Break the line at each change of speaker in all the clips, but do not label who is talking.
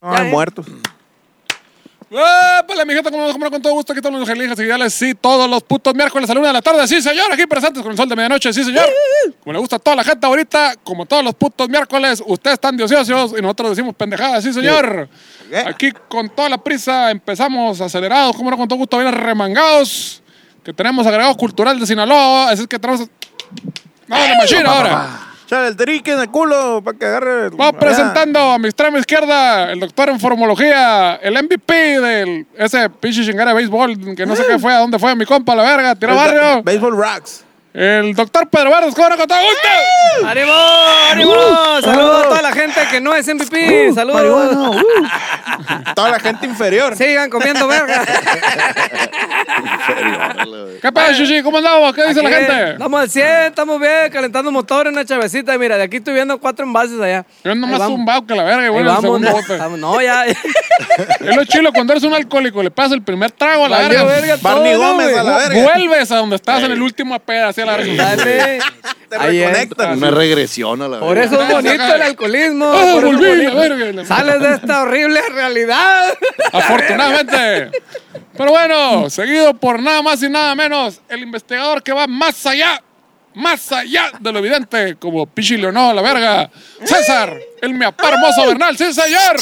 Ah,
¿eh?
muertos.
¡Ah, Hola, mi gente, como nos compra con todo gusto, aquí todos los angelistas ideales, sí, todos los putos miércoles a la una de la tarde, sí, señor, aquí presentes con el sol de medianoche, sí, señor. Como le gusta a toda la gente ahorita, como todos los putos miércoles, ustedes están diociosos y nosotros decimos pendejadas, sí, señor.
Yeah.
Aquí con toda la prisa empezamos acelerados, como no, con todo gusto, bien remangados, que tenemos agregados cultural de Sinaloa, así es que tenemos... ¡Vamos a la machina ahora!
Echale el trique en el culo para que agarre.
Vamos presentando a mi extrema izquierda, el doctor en formología, el MVP del ese pinche chingada de béisbol, que no sé qué fue, a dónde fue, mi compa, la verga, tira barrio.
Baseball Rocks.
El doctor Pedro Verdes, ¿cómo no con todo gusto?
¡Ánimo!
¡Uh!
¡Ánimo! Saludos a toda la gente que no es MVP. Saludos. Ah,
Marihuana, uh. Toda la gente inferior.
Sigan comiendo verga.
¿Qué pedo, Chuchi? ¿Cómo andamos? ¿Qué dice la
Aquí
gente?
Estamos al 100, estamos bien, calentando motores, una chavecita. Mira, de aquí estoy viendo cuatro envases allá.
Yo ando
Ahí
más
vamos.
zumbado que la verga, y
Ahí
bueno, el
vamos,
segundo
no,
bote.
estamos- no, ya.
Es lo chilo cuando eres un alcohólico, le pasas el primer trago a la
Valió verga
verga.
todo,
Barney
¿no,
Gómez
güey?
a la verga.
Vuelves a donde estás en el último peda, así a la verga.
Dale.
Te
Ahí es.
reconectan.
Una regresión a la
Por
verga.
eso es bonito el alcoholismo.
Ah,
por eso es
volví, la
bonito.
verga.
Sales de esta horrible realidad.
Afortunadamente. Pero bueno, seguido por nada más y nada menos, el investigador que va más allá, más allá de lo evidente, como Pichilio no, la verga. César, el mi apá hermoso Bernal, sí señor.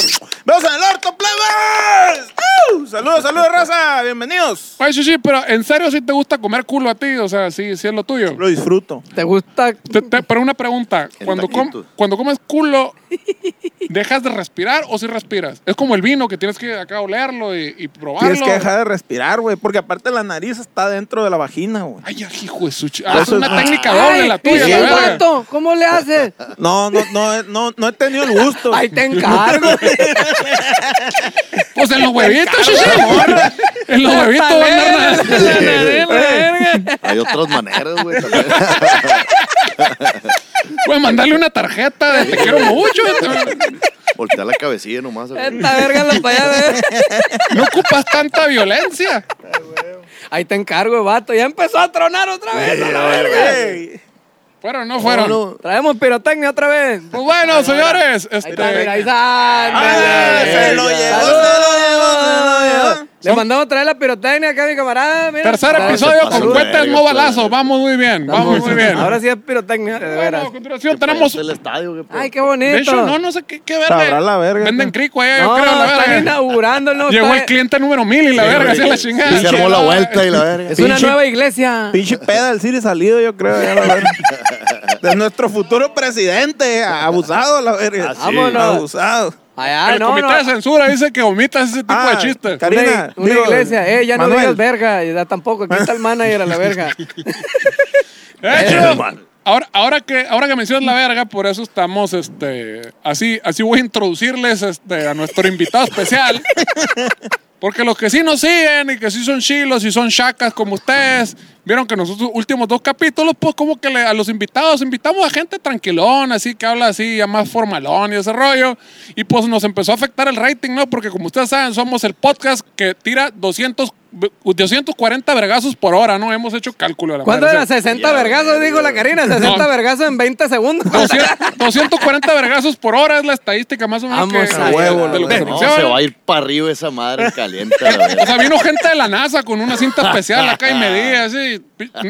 ¡Vamos al orto, plebes! ¡Uh! Saludos, saludos, raza. Bienvenidos.
Oye, Chichi, pero en serio si te gusta comer culo a ti, o sea, sí, sí es lo tuyo.
Lo disfruto.
¿Te gusta?
Te- te- pero una pregunta,
El
cuando, com-
taquito.
cuando comes culo, ¿dejas de respirar o si respiras? Es como el vino que tienes que acá olerlo y, y probarlo.
Tienes que dejar de respirar, güey, porque aparte la nariz está dentro de la vagina, güey.
Ay, hijo de su... ch- Ah, es
Eso es-
una técnica doble
¡Ay,
la tuya,
y
la
el
verga.
vato, ¿Cómo le haces?
No, no, no, no, no he tenido el gusto.
Ahí te encargo.
Pues en los huevitos, Shishi. En los huevitos va a andar
Hasta
nada.
leer, la verga.
Hay otras maneras, güey. también.
Güey, mandarle una tarjeta de te quiero mucho.
Voltear la cabecilla nomás. güey.
Esta verga la payada.
No ocupas tanta violencia.
Ahí te encargo, vato. Ya empezó a tronar otra vez. a la verga.
Ey.
Fueron, o no fueron.
No,
Traemos pirotecnia otra vez.
Pues bueno, señores.
Ahí está, mira, ahí
Este,
está.
Ah,
Ándale.
se lo llevó, se lo llevó, se lo llevó.
Le mandamos traer la pirotecnia acá a mi camarada. mira.
tercer
Ahora-
episodio
pasó
con
de
cuentas
verga,
no balazos. Vamos muy bien. Vamos muy bien.
Ahora sí es pirotecnia, de
Bueno,
veras.
a
que
continuación tenemos.
parece El estadio, güey, pues. pero-
Ay, qué
De
bonito.
hecho, no, no sé qué, qué verga.
Sabrá la verga,
Venden
¿no?
crico ahí, yo
No,
creo, la
están
verga.
inaugurando el nuevo
Llegó el
estadio.
cliente número mil y la verga, así a la chingada.
Sí, se armó la vuelta y la verga.
Es una
Pinche-
nueva iglesia.
Pinche peda del Siri salido, yo creo. ya la verga. De nuestro futuro presidente, abusado, la verga.
Así.
Vámonos.
Abusado.
Allá,
El
Ah, no,
comité
no.
de censura dice que omitas ese tipo de
Ah,
chistes.
cari- Karina,
una, una
digo,
iglesia, eh, ya no
Manuel.
digas verga, ya tampoco, aquí está el manager a la verga.
De hecho,
Eh, hermano.
ahora, ahora, que, ahora que mencionas la verga, por eso estamos, este, así, así voy a introducirles este, a nuestro invitado especial. Porque los que sí nos siguen y que sí son chilos y son chacas como ustedes, vieron que nosotros últimos dos capítulos, pues como que le- a los invitados invitamos a gente tranquilón, así que habla así, ya más formalón y ese rollo. Y pues nos empezó a afectar el rating, ¿no? Porque como ustedes saben, somos el podcast que tira 200, 240 vergazos por hora, ¿no? Hemos hecho cálculo. a La
¿Cuánto
madre,
era?
sí.
60
Ya,
vergazos,
ya,
dijo la
ya.
Karina, 60
No.
vergazos en 20 segundos.
200 240 vergazos por hora es la estadística más o menos
Vamos
que,
a
de-
huevo,
de
la
lo que
verga.
No,
funciona.
se va a ir para arriba esa madre caliente. la
O
verga.
sea, vino gente de la NASA con una cinta especial acá y medía así.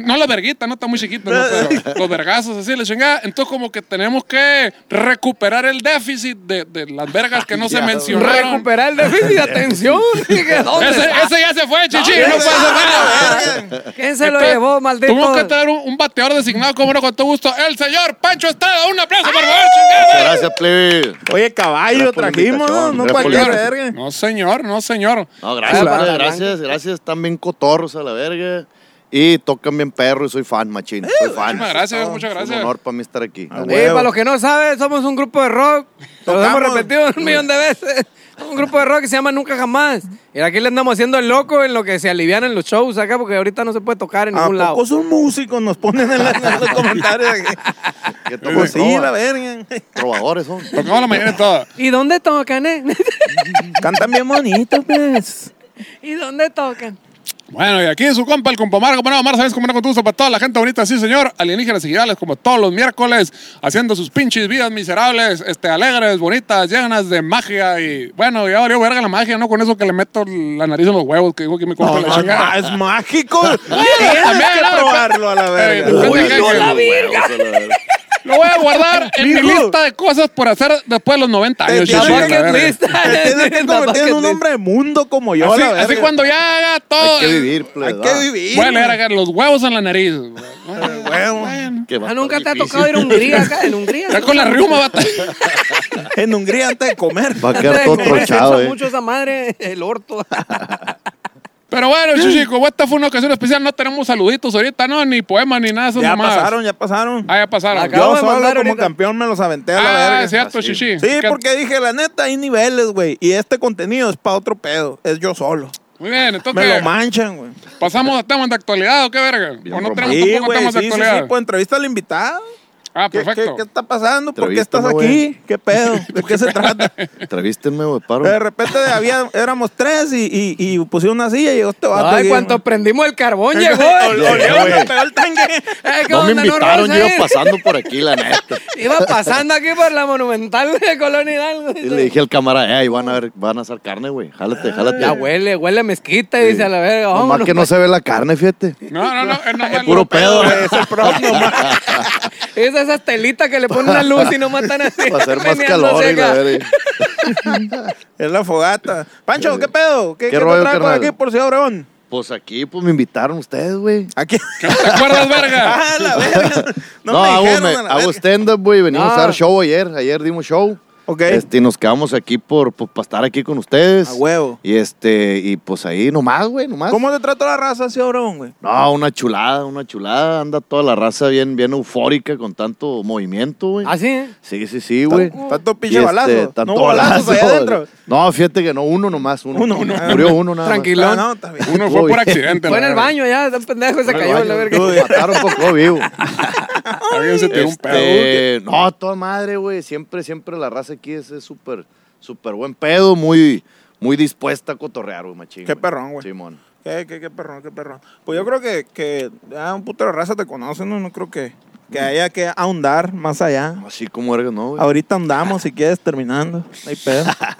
No la verguita, no está muy chiquita, ¿no? pero los vergazos así, la chingada. Entonces, como que tenemos que recuperar el déficit de, de las vergas que no se
Ya,
mencionaron.
Recuperar el déficit de atención. Dije, ¿dónde
Ese,
está?
ese ya se fue, chichi, no puede ser nada.
¿Quién se lo
Entonces,
llevó, maldito?
Tuvimos que tener un, un bateador designado, como no, con todo gusto. El señor Pancho Estrada, un aplauso, por favor, chingada.
Gracias, plebe.
Oye, caballo
Gracias por la
trajimos, ¿no?
invitación,
No
gracias por la
cualquier
invitación.
verga.
No, señor, no, señor.
No, gracias,
Ah,
padre,
la
gracias, gracias. Están bien cotorros a la verga. Y tocan bien perro y soy fan, machín. Soy fan.
Muchas gracias, muchas
Es
gracias.
un honor para mí estar aquí.
Ah,
Eh, para los que no saben, somos un grupo de rock. Te Lo hemos
Tocamos.
repetido un millón de veces. Somos un grupo de rock que se llama Nunca Jamás. Y aquí le andamos haciendo el loco en lo que se alivian en los shows acá, porque ahorita no se puede tocar en
¿A
ningún lado.
poco son músicos? Nos ponen en, la- en los comentarios.
Que tocan
Pues sí,
trova,
la verga.
Trovadores son.
Tocamos la mañana toda.
¿Y dónde tocan, eh?
Cantan bien bonito, pues.
¿Y dónde tocan?
Bueno, y aquí su compa, el compa Marco. Bueno, Mar, ¿sabes cómo no con gusto para toda la gente bonita? Sí, señor. Alienígenas y girales, como todos los miércoles, haciendo sus pinches vidas miserables, este, alegres, bonitas, llenas de magia. Y bueno, ya valió verga la magia, ¿no? Con eso que le meto la nariz en los huevos, que digo que
No,
me corta la
no,
chingada.
no, Ah, es mágico. Tienes
también,
que
¿no?
probarlo a la
Eh,
verga.
depende
Uy,
de qué-
no, la
lo
verga.
voy a guardar en mi
Mijo.
lista de cosas por hacer después de los 90
Te
años.
tienes
ya,
que-
la verga.
list.
Te tienes que convertir en un hombre de mundo como yo.
Así,
a la
así
verga.
cuando ya haga todo.
Hay que vivir, plebe, Ah.
Hay
¿verdad?
que vivir.
Voy a leer acá los huevos en la nariz. Bueno,
huevo.
bueno.
Que va a
Ah, nunca te
estar
ha
difícil.
tocado ir a Hungría acá, en Hungría.
Ya con la riuma, bata.
En Hungría antes de comer.
Va a quedar todo trochado, eh.
mucho esa madre, el orto.
Pero bueno, chicos, esta fue una ocasión especial. No tenemos saluditos ahorita, no, ni poemas, ni nada. de esas
Ya
mamadas.
pasaron, ya pasaron.
Ah, ya pasaron.
Acá. Acabo
Yo
de
solo como
mandar ahorita.
campeón me los aventé a la
Ah,
verga.
es cierto,
Así.
Shishi.
Sí,
Que-
porque dije, la neta, hay niveles, güey. Y este contenido es para otro pedo. Es yo solo.
Muy bien, entonces.
Me lo manchan, güey.
¿Pasamos a temas de actualidad o qué verga?
Bien
¿O no tenemos
romántico.
Sí,
tampoco
güey,
temas
sí,
de
sí,
actualidad?
sí, pues entrevista al invitado.
ah,
¿Qué,
perfecto.
qué- qué está pasando? ¿Por qué estás
Entrevístame,
aquí?
güey.
¿Qué pedo? ¿De qué se trata?
Entrevístenme, güey, paro.
De repente había, éramos tres y, y, y pusieron una silla y llegó este vato.
Ay,
aquí,
cuando
güey.
prendimos el carbón
Llegó,
llegó.
ol-
Llegó,
olió,
güey.
me pegó el tanque.
Eh, ¿qué
No me
onda,
invitaron, yo
Rosa,
iba
eh?
pasando por aquí, la neta.
Iba pasando aquí por la monumental de Colón Hidalgo.
Y le dije al cámara, eh, ahí van a ver, van a hacer carne, güey. Jálate, jálate.
Ah, Ya huele, huele a mezquita, dice a la verga.
Nomás
vámonos. pues.
que no se ve la carne, fíjate.
No, no, no. Es normal.
Puro pedo, güey.
Es el prop nomás.
Es esas telitas que le ponen una luz y no matan así.
Para hacer más
meneándose
calor y la
acá.
verga.
Es la fogata. Pancho, ¿qué pedo? ¿Qué,
¿Qué
qué, te
rollo,
trae por
carnal?
aquí por Ciudad Obregón?
Pues aquí, pues me invitaron ustedes, güey.
Aquí.
¿Qué no te acuerdas, verga?
Ah, la verga. No, me
hago,
dijeron
me-
a la
hago
verga.
stand-up, güey. Venimos
Ah.
a dar show ayer. Ayer dimos show.
Ok.
Este, y nos quedamos aquí por, pues, para estar aquí con ustedes.
A huevo.
Y este, y pues ahí nomás, güey, nomás.
¿Cómo te trató la raza Ciudad Obregón, güey?
No, una chulada, una chulada. Anda toda la raza bien, bien eufórica con tanto movimiento, güey.
Así, ¿eh?
Sí, sí, sí, güey.
Ah, Tanto
Y
pinche
este,
balazo.
tanto
No hubo balazos
balazo.
allá adentro.
No, fíjate que no, uno nomás, uno.
Uno, uno.
Murió uno nada más.
Tranquilo.
Ah, No, no, está bien.
Uno fue
Uy.
por accidente.
Fue en
la
el
verga.
baño ya, tan pendejo se
Uno
cayó
en
la
el
verga.
baño, lo Mataron por todo vivo.
Alguien se tiró un
Este,
pedo.
No, toda madre, güey. Siempre, siempre la raza aquí es es súper, súper buen pedo, muy, muy dispuesta a cotorrear, güey, machín.
Qué perrón, güey.
Simón.
¿Qué, qué, qué perrón, qué perrón? Pues yo creo que, que ah, un puto de raza te conoce, ¿no? No creo que, que haya que ahondar más allá.
Así como eres, ¿no, güey?
Ahorita andamos, si quieres, terminando. No hay pedo.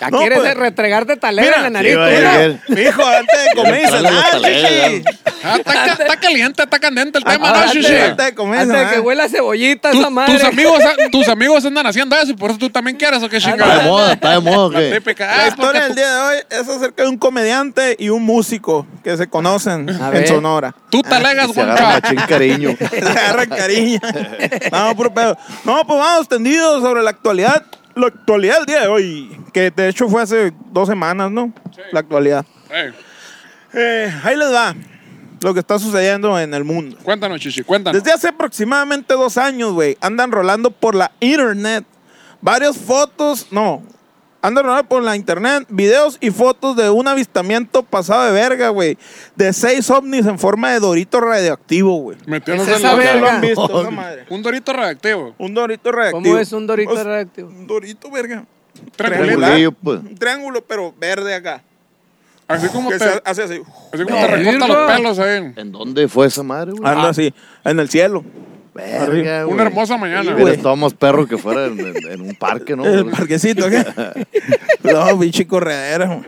Ya
No,
quieres
pues.
retregarte talera
Mira,
en la nariz.
sí,
tú,
güey,
mira.
bien.
Hijo, antes de comer,
Entrarle a la
dices, "Ah,
talera,
chichi".
Ah, está, ca- está caliente, está candente el tema,
Ah,
¿no,
antes-
Shishi?
sí. Antes de comer,
Antes de
¿no?
que huela a cebollita
Tú-
esa madre.
tus, amigos, tus amigos andan haciendo eso y por eso tú también quieres
Ah,
o qué
Está de
chingada.
moda, está de moda,
La
güey.
típica.
La
Ah, es porque
historia del
tú-
día de hoy es acerca de un comediante y un músico que se conocen
A
en
ver.
Sonora.
tú te alegas,
Se
Juan
agarra machín cariño.
Se agarran cariño. Vamos, puro pedo. No, pues vamos tendidos sobre la actualidad. La actualidad del día de hoy, que de hecho fue hace dos semanas, ¿no? La actualidad.
Eh,
Eh, ahí les va lo que está sucediendo en el mundo.
cuéntanos, Chichi, cuéntanos.
Desde hace aproximadamente dos años, güey, andan rolando por la internet varias fotos, no, andan rolando por la internet videos y fotos de un avistamiento pasado de verga, güey, de seis ovnis en forma de dorito radioactivo, güey.
Metiéndose
Es
en
esa
la
Nunca
verga.
lo han visto, esa madre.
Un dorito reactivo.
Un dorito radioactivo.
¿Cómo es un dorito
O sea,
radioactivo?
Un dorito, verga.
Triangular.
Triangulillo, pues.
Un triángulo, pero verde acá.
Así como
Que
te,
se hace así.
así como te recorta
Verga.
los pelos ahí.
¿En dónde fue esa madre,
Ah.
güey? Ah,
Anda así, en el cielo.
Verga, güey.
Una hermosa mañana.
güey.
Hubiera estado más perro que fuera en, en- en un parque, ¿no?
El parquecito, ¿qué? no, pinche corredera, güey.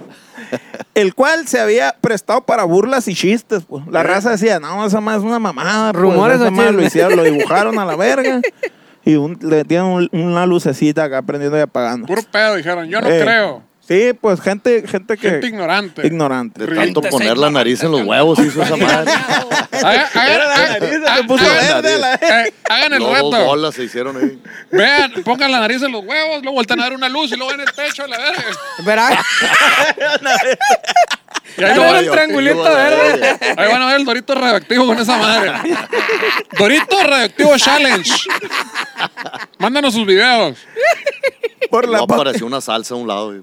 El cual se había prestado para burlas y chistes, pues.
¿Eh?
La raza decía, no, esa más es una mamada. pues,
Rumores
esa
o
madre lo
chismes.
hicieron, lo dibujaron a la verga. Y un- le tienen un- una lucecita acá prendiendo y apagando.
Puro pedo, dijeron. Yo no
Eh,
creo.
Sí, pues gente, gente que.
Gente ignorante.
ignorante.
De tanto
Ridículo.
poner la nariz en los huevos hizo esa madre.
Hagan-
Era la
hagan-
nariz, se
hagan-
le puso
hagan-
verde a la
eh, Hagan el
Luego
reto.
bolas se hicieron ahí.
Vean, pongan la nariz en los huevos, luego voltean a dar una luz y luego en el techo a la verga.
Verá.
Y ahí, lo
Era
van,
el triangulito verde.
ahí van a ver el dorito radioactivo con esa madre. Dorito radioactivo challenge. Mándanos sus videos.
Por
No
la parte.
apareció una salsa a un lado. güey.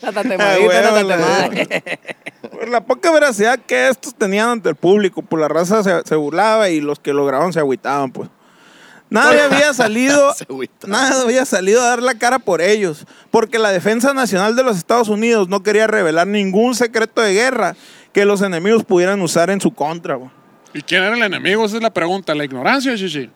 La
Ah,
tatemadita,
güey,
la
la
tatemadita.
Por la poca veracidad que estos tenían ante el público, pues la raza se, se burlaba y los que lo grababan se agüitaban, pues. Nadie había salido,
Se agüita.
nadie había salido a dar la cara por ellos, porque la Defensa Nacional de los Estados Unidos no quería revelar ningún secreto de guerra que los enemigos pudieran usar en su contra, güey.
¿Y quién era el enemigo? Esa es la pregunta. ¿La ignorancia, Shishi?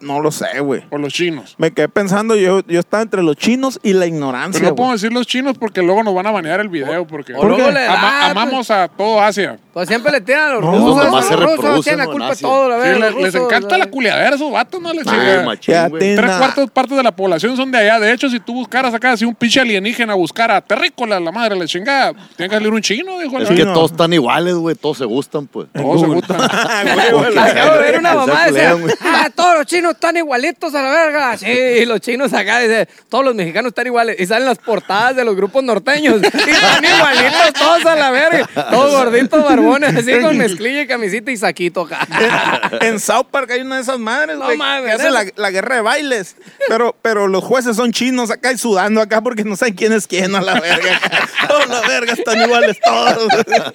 No lo sé, güey.
¿O los chinos?
Me quedé pensando, yo, yo estaba entre los chinos y la ignorancia.
Pero no
güey.
podemos decir los chinos porque luego nos van a banear el video. Porque
o luego le
ama-
da, pues.
amamos a todo Asia.
Pues siempre le tiran a los
No,
rusos.
nomás
los
se
rusos
reproducen,
tienen la
no,
culpa de
nazi.
todo, la
Sí,
verga.
le-
los
les,
rusos,
encanta la
verga.
culiadera a esos vatos, ¿no? Les
Ay,
Ah,
machín,
Ya
güey.
te-
Tres
Nah.
cuartos partes de la población son de allá. De hecho, si tú buscaras acá así un pinche alienígena a buscar a terrícola, la madre, la chingada, tiene que salir un chino, dijo.
Es
la-
que
no.
todos están iguales, güey. Todos se gustan, pues.
Todos se gustan.
Ah, güey, güey, la-
Acabo de ver una
Exacto,
mamá
lean,
decía,
güey.
ah, todos los chinos están igualitos a la verga. Sí, y los chinos acá dice, todos los mexicanos están iguales. Y salen las portadas de los grupos norteños. Y están igualitos todos a la verga. Todos gorditos, barbones, así con mezclilla y camisita y saquito acá.
en South Park hay una de esas madres,
No
güey, que
mames,
hace la,
¿verdad?
la guerra de bailes. Pero, pero los jueces son chinos acá y sudando acá porque no saben quién es quién a la verga. acá. Todos los vergas están iguales todos.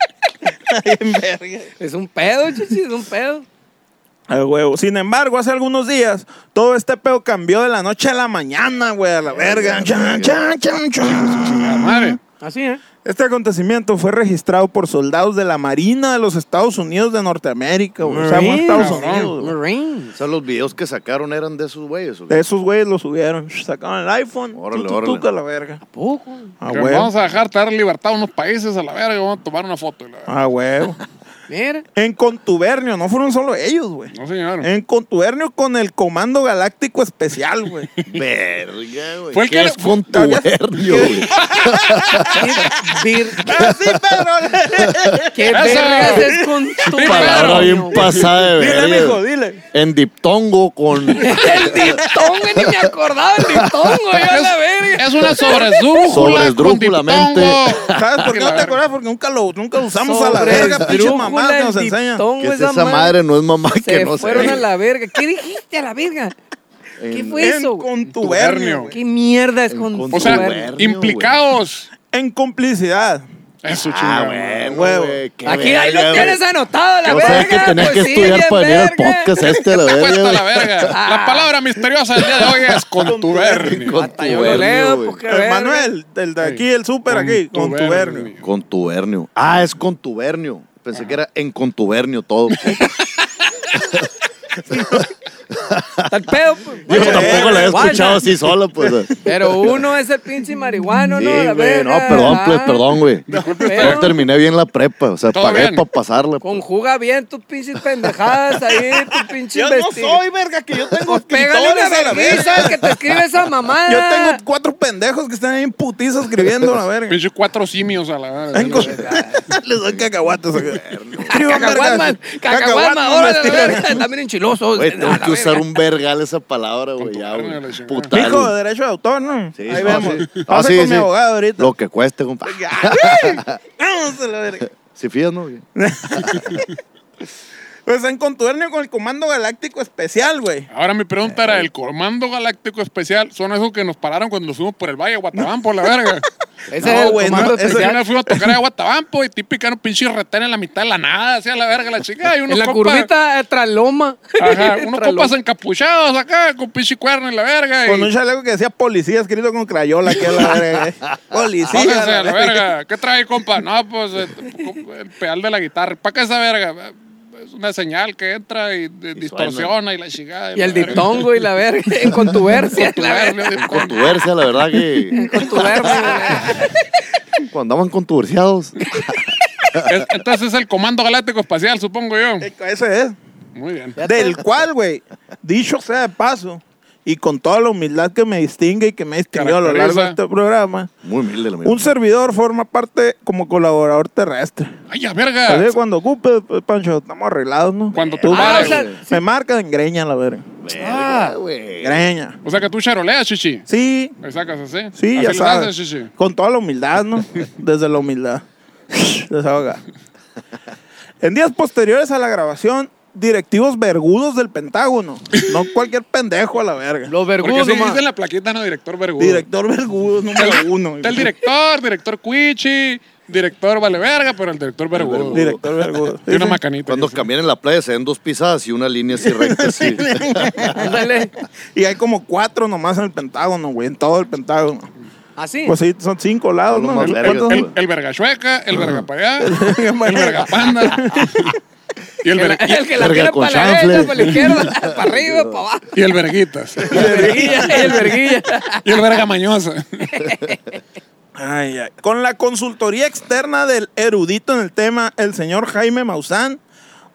Ay, verga.
Es un pedo, chichi, es un pedo.
Al huevo. Sin embargo, hace algunos días, todo este pedo cambió de la noche a la mañana, güey, a la verga. Chan, chan, chan, chan.
La madre.
Así, ¿eh?
Este acontecimiento fue registrado por soldados de la Marina de los Estados Unidos de Norteamérica, güey. O sea, fue en Estados
Cabrón.
Unidos, güey.
Marines.
O sea, los videos que sacaron eran de esos güeyes. ¿o qué?
De esos güeyes lo subieron. Sacaron el iPhone.
Órale,
tu, tu,
órale.
tuca la verga.
¿A poco?
Ah,
A
Que
huevo.
Vamos a dejar dar libertad a unos países a la verga y vamos a tomar una foto. y la
Ah.
verga.
A huevo.
Mira.
En contubernio, no fueron solo ellos, güey.
No, señor.
Eh.
En contubernio con el Comando Galáctico Especial, güey.
Verga, güey.
Fue el
¿Qué
que-
es con tu vernio, güey?
Vir-
¡Así, Pedro!
¿Qué
Eso.
vergas es con tu
Sí,
Palabra
Claro.
No,
bien pasada de
dile, mijo,
verga.
dile.
En diptongo con...
El diptongo, ni me acordaba del diptongo, yo a la verga.
Es una sobresdrújula con
Sobresdrújulamente.
diptongo.
¿Sabes por qué
La
no te
verga.
acordás? Porque nunca lo, nunca lo usamos a la
Sobre
verga, pinche
esdrújula,
mamá que nos
el
enseña.
diptongo,
¿Qué es esa madre? No es mamá que
Se
no
fueron a
sé.
la verga. ¿Qué dijiste a la verga? ¿Qué
En-
fue
En
eso? güey?
contubernio. güey.
¿Qué mierda es con
con-
O sea,
tu verga?
güey.
implicados.
En complicidad.
Eso,
Ah,
chingada. madre.
bueno,
Huevo.
güey. qué
Aquí ahí
verga,
lo tienes
güey.
anotado, la
O
verga.
sea, que tenés que
pues sí,
estudiar
bien
para venir al
verga.
podcast este, la verga.
Puesto a la
güey.
verga. La palabra misteriosa del día de hoy es contubernio.
Con
Hasta yo lo leo,
tu vernio, güey.
pues, qué verga.
Manuel, el de aquí, el súper aquí, contubernio.
Con tu vernio. Ah, es con tu vernio. Pensé que era en contubernio todo.
Está el pedo. pues.
Yo tampoco la había
Guarda.
escuchado así solo, pues.
Pero uno es el pinche marihuano,
Sí,
¿no? La
güey. No,
verga.
perdón, pues,
Ah,
perdón, güey.
pero-
No terminé bien la prepa. O sea,
Todo
pagué
bien.
para pasarla. pues.
Conjuga bien tus pinches pendejadas ahí, tus pinches
Yo no soy, verga, que yo tengo
Pégale una
escritores a la verga.
vergüenza que te escribe esa mamada.
Yo tengo cuatro pendejos que están ahí en putiza escribiendo la verga.
Pinche cuatro simios a la verga.
En co- Les doy cacahuates. Escriban, verga.
Cacahuatman, cacahuatman,
Cacahuatman,
órale, la
investigan.
verga, está bien enchiloso.
Güey,
a
tengo
la
que usar
verga.
un vergal esa palabra, güey.
tu
Ya,
vernio,
güey.
la chingada.
Putal.
Hijo de derecho de autor, ¿no?
Sí,
ahí
no,
vemos. Pase
sí. Ah, sí,
con
sí.
mi abogado ahorita. Pues
Lo que cueste, compa.
Vamos a la verga.
Si fías, ¿no? güey?
Pues en contubernio con el Comando Galáctico Especial, güey.
Ahora mi pregunta era, ¿el Comando Galáctico Especial son esos que nos pararon cuando nos fuimos por el Valle de Guatabampo, la verga?
Ese es el
güey, no,
comando
ese-
Ese día
especial.
nos fuimos a tocar a Guatabampo y típica un pinche retén en la mitad de la nada, así a la verga la chica. Y unos
En la
compas-
curvita eh, tras loma.
Ajá,
Tras
unos
loma.
copas encapuchados acá, con pinche cuerno y la verga.
Con
y-
un chaleco que decía policía escrito con crayola aquí a la verga. eh. Policía.
Páquese
a la
a la
verga.
verga. ¿Qué trae, compa? No, pues eh, el pedal de la guitarra. ¿Para qué esa verga? Es una señal que entra y, eh, distorsiona y la chingada.
Y el
la verga.
diptongo y la verga. En contubercia. la verga,
Con tu versia, la verdad que.
Contubercia. la verga.
Cuando andaban contuberciados.
Es- Entonces es el Comando Galáctico Espacial, supongo yo.
Eh, Ese es.
Muy bien.
Del cual, güey, dicho sea de paso, y con toda la humildad que me distingue y que me distinguió a lo largo de
Caracteriza.
este programa,
Muy humilde la
un servidor forma parte como colaborador terrestre.
¡Ay, a
Así
verga!
que cuando ocupe, pues, Pancho, estamos arreglados, ¿no?
Ah.
Eh,
Cuando tú
Ah,
pares.
o sea,
Me marcan greña, la verga.
Verga, güey.
Greña.
O sea que tú charoleas, chichi.
Sí,
Me sacas así.
sí,
Así
ya
les
sabes.
haces, chichi.
Con toda la humildad, ¿no? Desde la humildad. Desahoga. En días posteriores a la grabación, directivos vergudos del Pentágono. No cualquier pendejo a la verga.
Los
Porque
vergudos
si
nomás.
dicen la plaquita, no, director Vergudo.
Director vergudo número uno.
Está el director, director Cuichi, director vale verga, pero el director vergudo.
Director Vergudo.
Y una macanita.
Cuando cambian en la playa se ven dos pisadas y una línea así recta así.
Ándale.
Y hay como cuatro nomás en el Pentágono, güey, en todo el Pentágono.
Así.
Pues sí, son cinco lados,
Son los
¿no?
más vergas,
¿Cuántos?
El, el verga chueca, el verga para allá, el verga panda. Y el,
el,
ver-
el que la
Verga
tira
con
para la derecha,
chanfle.
para la izquierda, para arriba, para abajo.
y el verguitas.
El verguilla, el verguilla.
Y el verga mañosa.
Ay, ay. Con la consultoría externa del erudito en el tema, el señor Jaime Maussan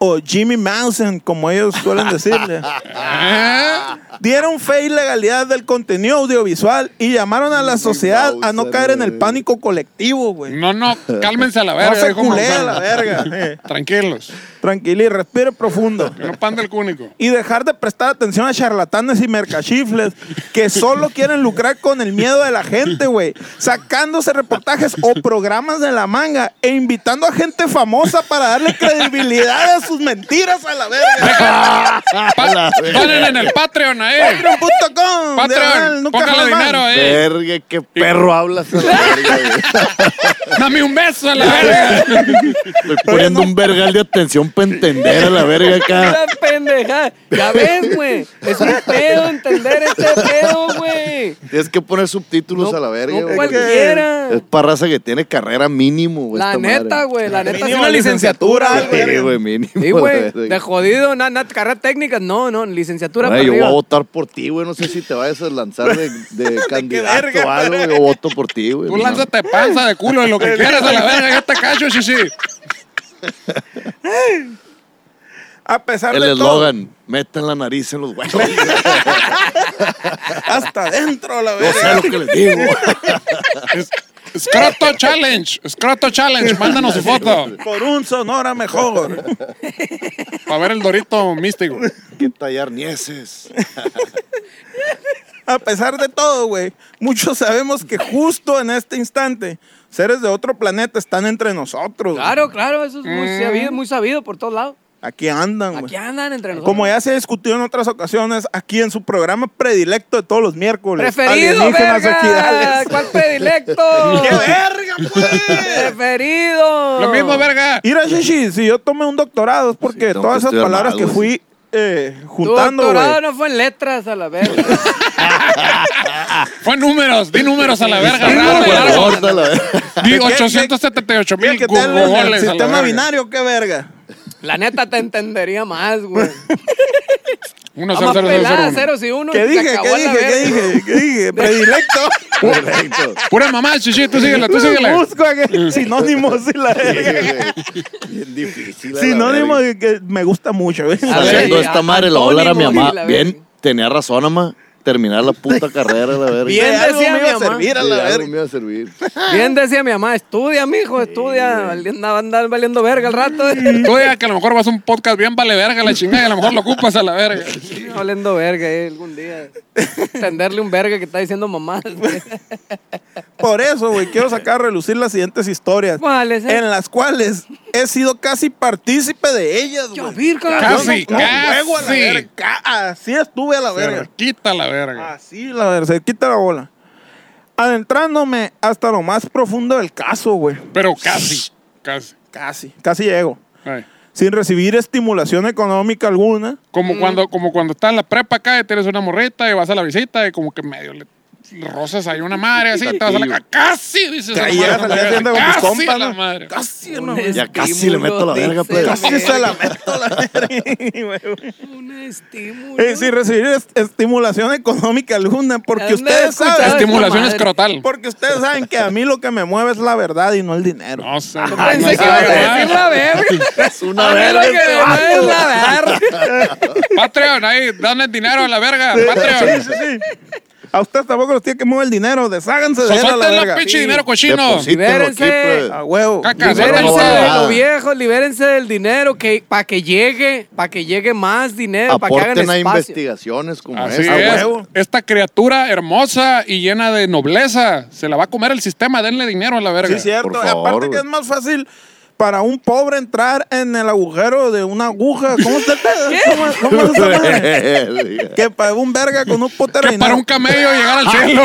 o Jimmy Mausen, como ellos suelen decirle, ¿Eh?
Ah,
dieron fe y legalidad del contenido audiovisual y llamaron a la sociedad a no
Maussan,
caer en el
güey.
pánico colectivo, güey.
No, no, cálmense a la
No
verga.
se
dijo
culé a
Manzano.
la verga. eh.
Tranquilos,
Tranquilo y respire profundo.
que no panda el cúnico.
y dejar de prestar atención a charlatanes y mercachifles que solo quieren lucrar con el miedo de la gente, güey. Sacándose reportajes o programas de la manga e invitando a gente famosa para darle credibilidad a sus mentiras a la verga.
Pa- Donen en el Patreon ahí.
Patreon.com. diagonal,
Patreon,
nunca
póngale
jamás.
dinero eh. ahí.
Verga, qué perro hablas a la verga, güey.
Dame un beso a la verga.
Estoy poniendo un vergal de atención para entender a la verga acá.
Una pendejada. Ya ves, güey. Es un pedo entender este pedo, güey.
Tienes que poner subtítulos
No-
a la verga,
no
güey.
cualquiera.
Es para raza que tiene carrera mínimo, güey.
La
esta
neta,
madre.
güey. La neta.
Mínimo
sí, la
una licenciatura, güey.
Sí, güey, mínimo.
Sí,
la
güey.
verga.
De jodido, nada, nada, carrera técnica. No, no, licenciatura
Güey,
para
yo voy a
arriba.
votar por ti, güey. No sé si te vayas a lanzar de, de candidato
verga,
o algo. Yo voto por ti, güey.
Tú
No.
lánzate panza de culo y lo que quieras a la verga. Yo te cacho, sí, sí.
A pesar
El
de todo,
eslogan, metan la nariz en los huevos.
hasta adentro a la
Yo sé
verga.
lo que les digo.
Es- Scroto Challenge, Scroto Challenge, mándanos su foto
Por un sonora mejor.
para ver el Dorito místico.
que tallar nieces.
A pesar de todo, güey, muchos sabemos que justo en este instante seres de otro planeta están entre nosotros. güey.
Claro, claro, eso es muy
Mm.
sabido, muy sabido por todos lados.
Aquí andan, güey.
Aquí andan entre nosotros.
Como ya se discutió en otras ocasiones, aquí en su programa predilecto de todos los miércoles.
Preferido,
Alienígenas
verga.
Equidales.
¿Cuál predilecto?
¡Qué verga, pues!
Preferido.
Lo mismo, verga.
Mira, Shishi, si yo tomé un doctorado es porque
Sí, tengo
todas
que
esas
estudiar
palabras
más,
que
güey.
fui eh,
Tu
juntando,
doctorado
güey.
no fue en letras a la verga.
Fue números, di números a la verga.
Qué
raro, largo.
gorda la verga.
Di
¿Qué- qué-
878
Mira,
mil
¿qué tal el- el
goles a la
sistema
verga.
binario? ¡Qué verga!
La neta te entendería más, güey.
Uno,
Vamos
cero, cero,
pelada,
cero, uno.
ceros y uno.
¿Qué
se
dije?
acabó
¿Qué
a la
dije? ¿Qué
verga.
dije? ¿Qué dije? Predilecto.
Correcto.
Pura mamá, chichi, tú síguele, tú síguele.
Busco aquel- sinónimos y la verga.
Bien difícil. a la
Sinónimos
verga.
de que me gusta mucho, güey.
A ver,
Haciendo
y
esta
a-
madre, la voy a hablar a mi
antónimos y
mamá.
la verga.
Bien, tenía razón, mamá. Terminar la puta carrera, la verga.
Bien,
De algo
decía
me
mi
iba a
mamá.
servir a
Sí,
la
algo
verga.
me iba a servir.
Bien decía mi mamá, estudia, mijo, estudia. Andaba andar valiendo verga al rato. eh.
Tú digas que a lo mejor vas a un podcast bien vale verga la chingada y a lo mejor lo ocupas a la verga.
Valiendo verga eh, algún día. Tenderle un verga que está diciendo mamá.
Por eso, güey, quiero sacar a relucir las siguientes historias.
¿Cuáles, eh?
En las cuales he sido casi partícipe de ellas,
Yo,
güey.
virga,
Yo no-
Casi,
no juego a la
casi.
verga. Ca- Así estuve a la verga.
Quita la verga.
Así la verga. Se quita la bola. Adentrándome hasta lo más profundo del caso, güey.
Pero casi, casi.
Casi, casi llego.
Ay.
Sin recibir estimulación económica alguna.
Como cuando, como cuando estás en la prepa acá y tienes una morrita y vas a la visita y como que medio le le rozas ahí una madre así y te vas a la ca- casi dices
Ya
a la
llegas al
madre,
día siguiente con tus
casi
compas,
a la
¿no?
madre.
Casi,
Un
no, güey.
Ya casi le meto la verga,
estímulo,
pues.
Casi se la meto a la verga, güey.
Un estímulo.
Eh, sin recibir est- estimulación económica alguna, porque
Ando
ustedes
escuchando
saben.
Estimulación
Madre.
escrotal.
Porque ustedes saben que a mí lo que me mueve es la verdad y no el dinero.
No sé.
Yo Pensé que ibas a decir la verga.
Es una
A mí lo
verga.
que
este
me mueve es
vato.
la verga.
Patreon, ahí, dame dinero a la verga.
Sí,
Patreon.
sí, sí. A ustedes tampoco los tiene que mover el dinero. Desháganse de él a la
Solten la
verga.
pinche
Sí.
dinero cochino.
Deposítenlo aquí,
Libérense.
pues.
A huevo.
Caca,
Pero no
Libérense
vale
de
nada.
los viejos, libérense del dinero que, para que llegue, para que llegue más dinero, para que hagan
Aporten a
espacio.
investigaciones como
Así
esa,
es.
güey.
huevo.
Esta criatura hermosa y llena de nobleza se la va a comer el sistema. Denle dinero a la verga.
Sí, cierto.
Por favor,
Aparte
güey.
que es más fácil para un pobre entrar en el agujero de una aguja. ¿Cómo está el pedo? ¿Cómo, cómo es esa madre?
Verga.
Que para un verga con un pote
que para un camello
Ah,
llegar al cielo.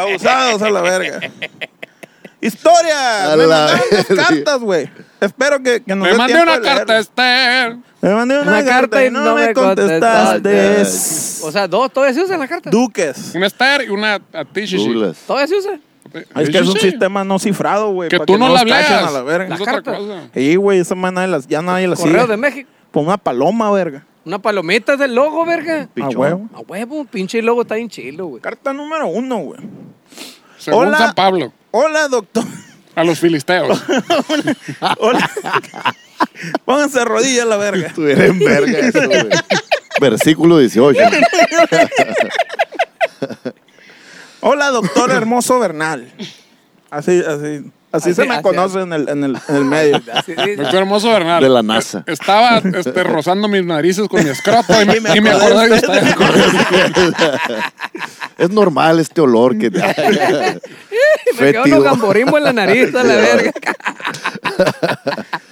Abusados a la verga. ¡Historia!
A
Me
la
mandaron dos
verga.
cartas, güey. Espero que, que nos
Me
dé
mandé
tiempo
una
de
carta,
leerlas.
Esther.
Me mandé una, carta y no, me contestaste.
contestaste.
O sea, dos, todavía se usan las cartas.
Duques.
Una Esther y una a ti, Shishi. Eh,
Douglas.
Todavía se usan.
Es que es un
Shishi.
sistema no cifrado, güey.
Ah, Que
pa'
tú no la
nos cachen a la
leas.
verga.
Es otra
cartas.
cosa.
Y, güey, esa madre nadie las- ya nadie la
Correo de
sigue.
México.
Pon una paloma, verga.
Una palomita es el logo, verga.
A
Pichón.
huevo.
A huevo, pinche logo está bien chilo, güey.
Carta número uno, güey.
Según
Hola.
San Pablo.
Hola, doctor.
A los filisteos.
Hola. Pónganse de rodillas, la verga.
Estuviera en verga eso, güey. Versículo 18.
Hola, doctor hermoso Bernal. Así, así. Así,
Así-
se me
así-
conoce en el, en el- en el medio.
Así dice.
Doctor hermoso Bernal.
De la NASA.
Eh, Estaba este, rozando mis narices con mi escroto y me,
Y me
y me acordé
acordé
de
de
usted.
es normal este olor que te
Me quedó unos gamborimos en la nariz, a la verga.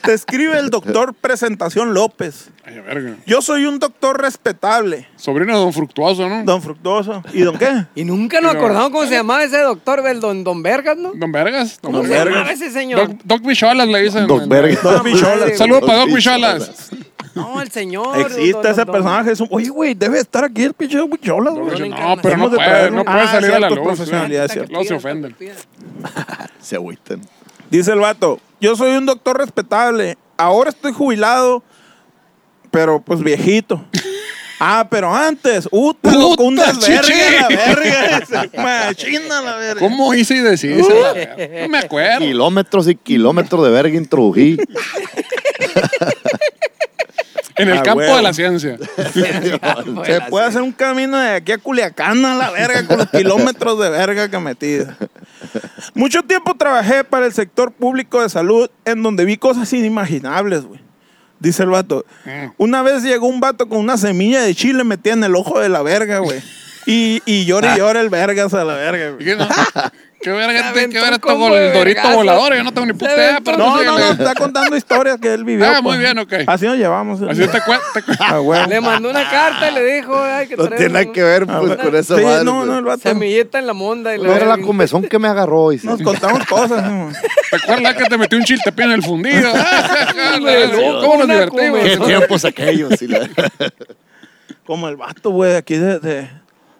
Te escribe el doctor Presentación López.
Ay, verga.
Yo soy un doctor respetable.
Sobrino de Don Fructuoso, ¿no? Don,
Don Fructuoso. ¿Y don qué?
Y nunca nos
No.
acordamos cómo se llamaba ese doctor del Don, don Vergas, ¿no?
Vergas. Don
Don
¿Cómo se
Vergas.
llamaba
Vergas.
ese señor?
Doc, Doc Bicholas le dicen.
Doc Vergas.
Don Pichola.
Saludos
Doc
para Doc Bicholas.
Bicholas.
No, el señor.
Existe
don- don-
ese
don-
personaje. es un- Oye, güey, debe estar aquí el pinche Huichola,
Don
güey.
No, pero no
Hemos de
puede,
traerlo.
no puede
Ah,
salir a la
cierto,
luz.
profesionalidad,
¿verdad?
cierto.
Luego se ofenden.
Se agüitan.
Dice el vato, yo soy un doctor respetable. Ahora estoy jubilado, pero pues viejito. Ah, pero antes, uta, loco, un
Uta,
desvergue, la
chichi.
verga. ese, Machina la verga.
¿Cómo hice y deshice? la verga? No me acuerdo.
Kilómetros y kilómetros de verga introdují.
En el
Ah,
campo
huevo.
de la ciencia.
Se puede hacer un camino de aquí a Culiacán a la verga con los kilómetros de verga que metida. Mucho tiempo trabajé para el sector público de salud en donde vi cosas inimaginables, güey. Dice el vato. Una vez llegó un vato con una semilla de chile metida en el ojo de la verga, güey. Y, y llora y llora el vergas a la verga,
Y
güey.
que no, ¿Qué verga
Se
tiene que
aventó
ver
un
esto
combo
con el
de
dorito
vergazos.
volador? Yo no tengo ni puta
Se
idea,
aventó
pero
un
No,
tú
no, no,
síguele.
está contando historias que él vivió.
Ah,
pues.
muy bien, ok.
Así nos llevamos.
Así te cuento.
Ah, güey.
Le mandó una carta y le dijo, ay, que
No
traer
tiene nada
un-
que ver
Ah,
pues,
güey.
con esa
Sí,
madre.
no,
pues.
no, el vato.
Semillita en la monda. Y la
No era la
verga.
comezón que me agarró. dice.
Nos contamos cosas, güey.
¿Te acuerdas que te metí un chiltepín en el fundido?
Hombre,
¿Cómo nos
una
divertimos?
come-
¿Qué tiempos aquellos? Y la-
Como el vato, güey, de aquí de, de,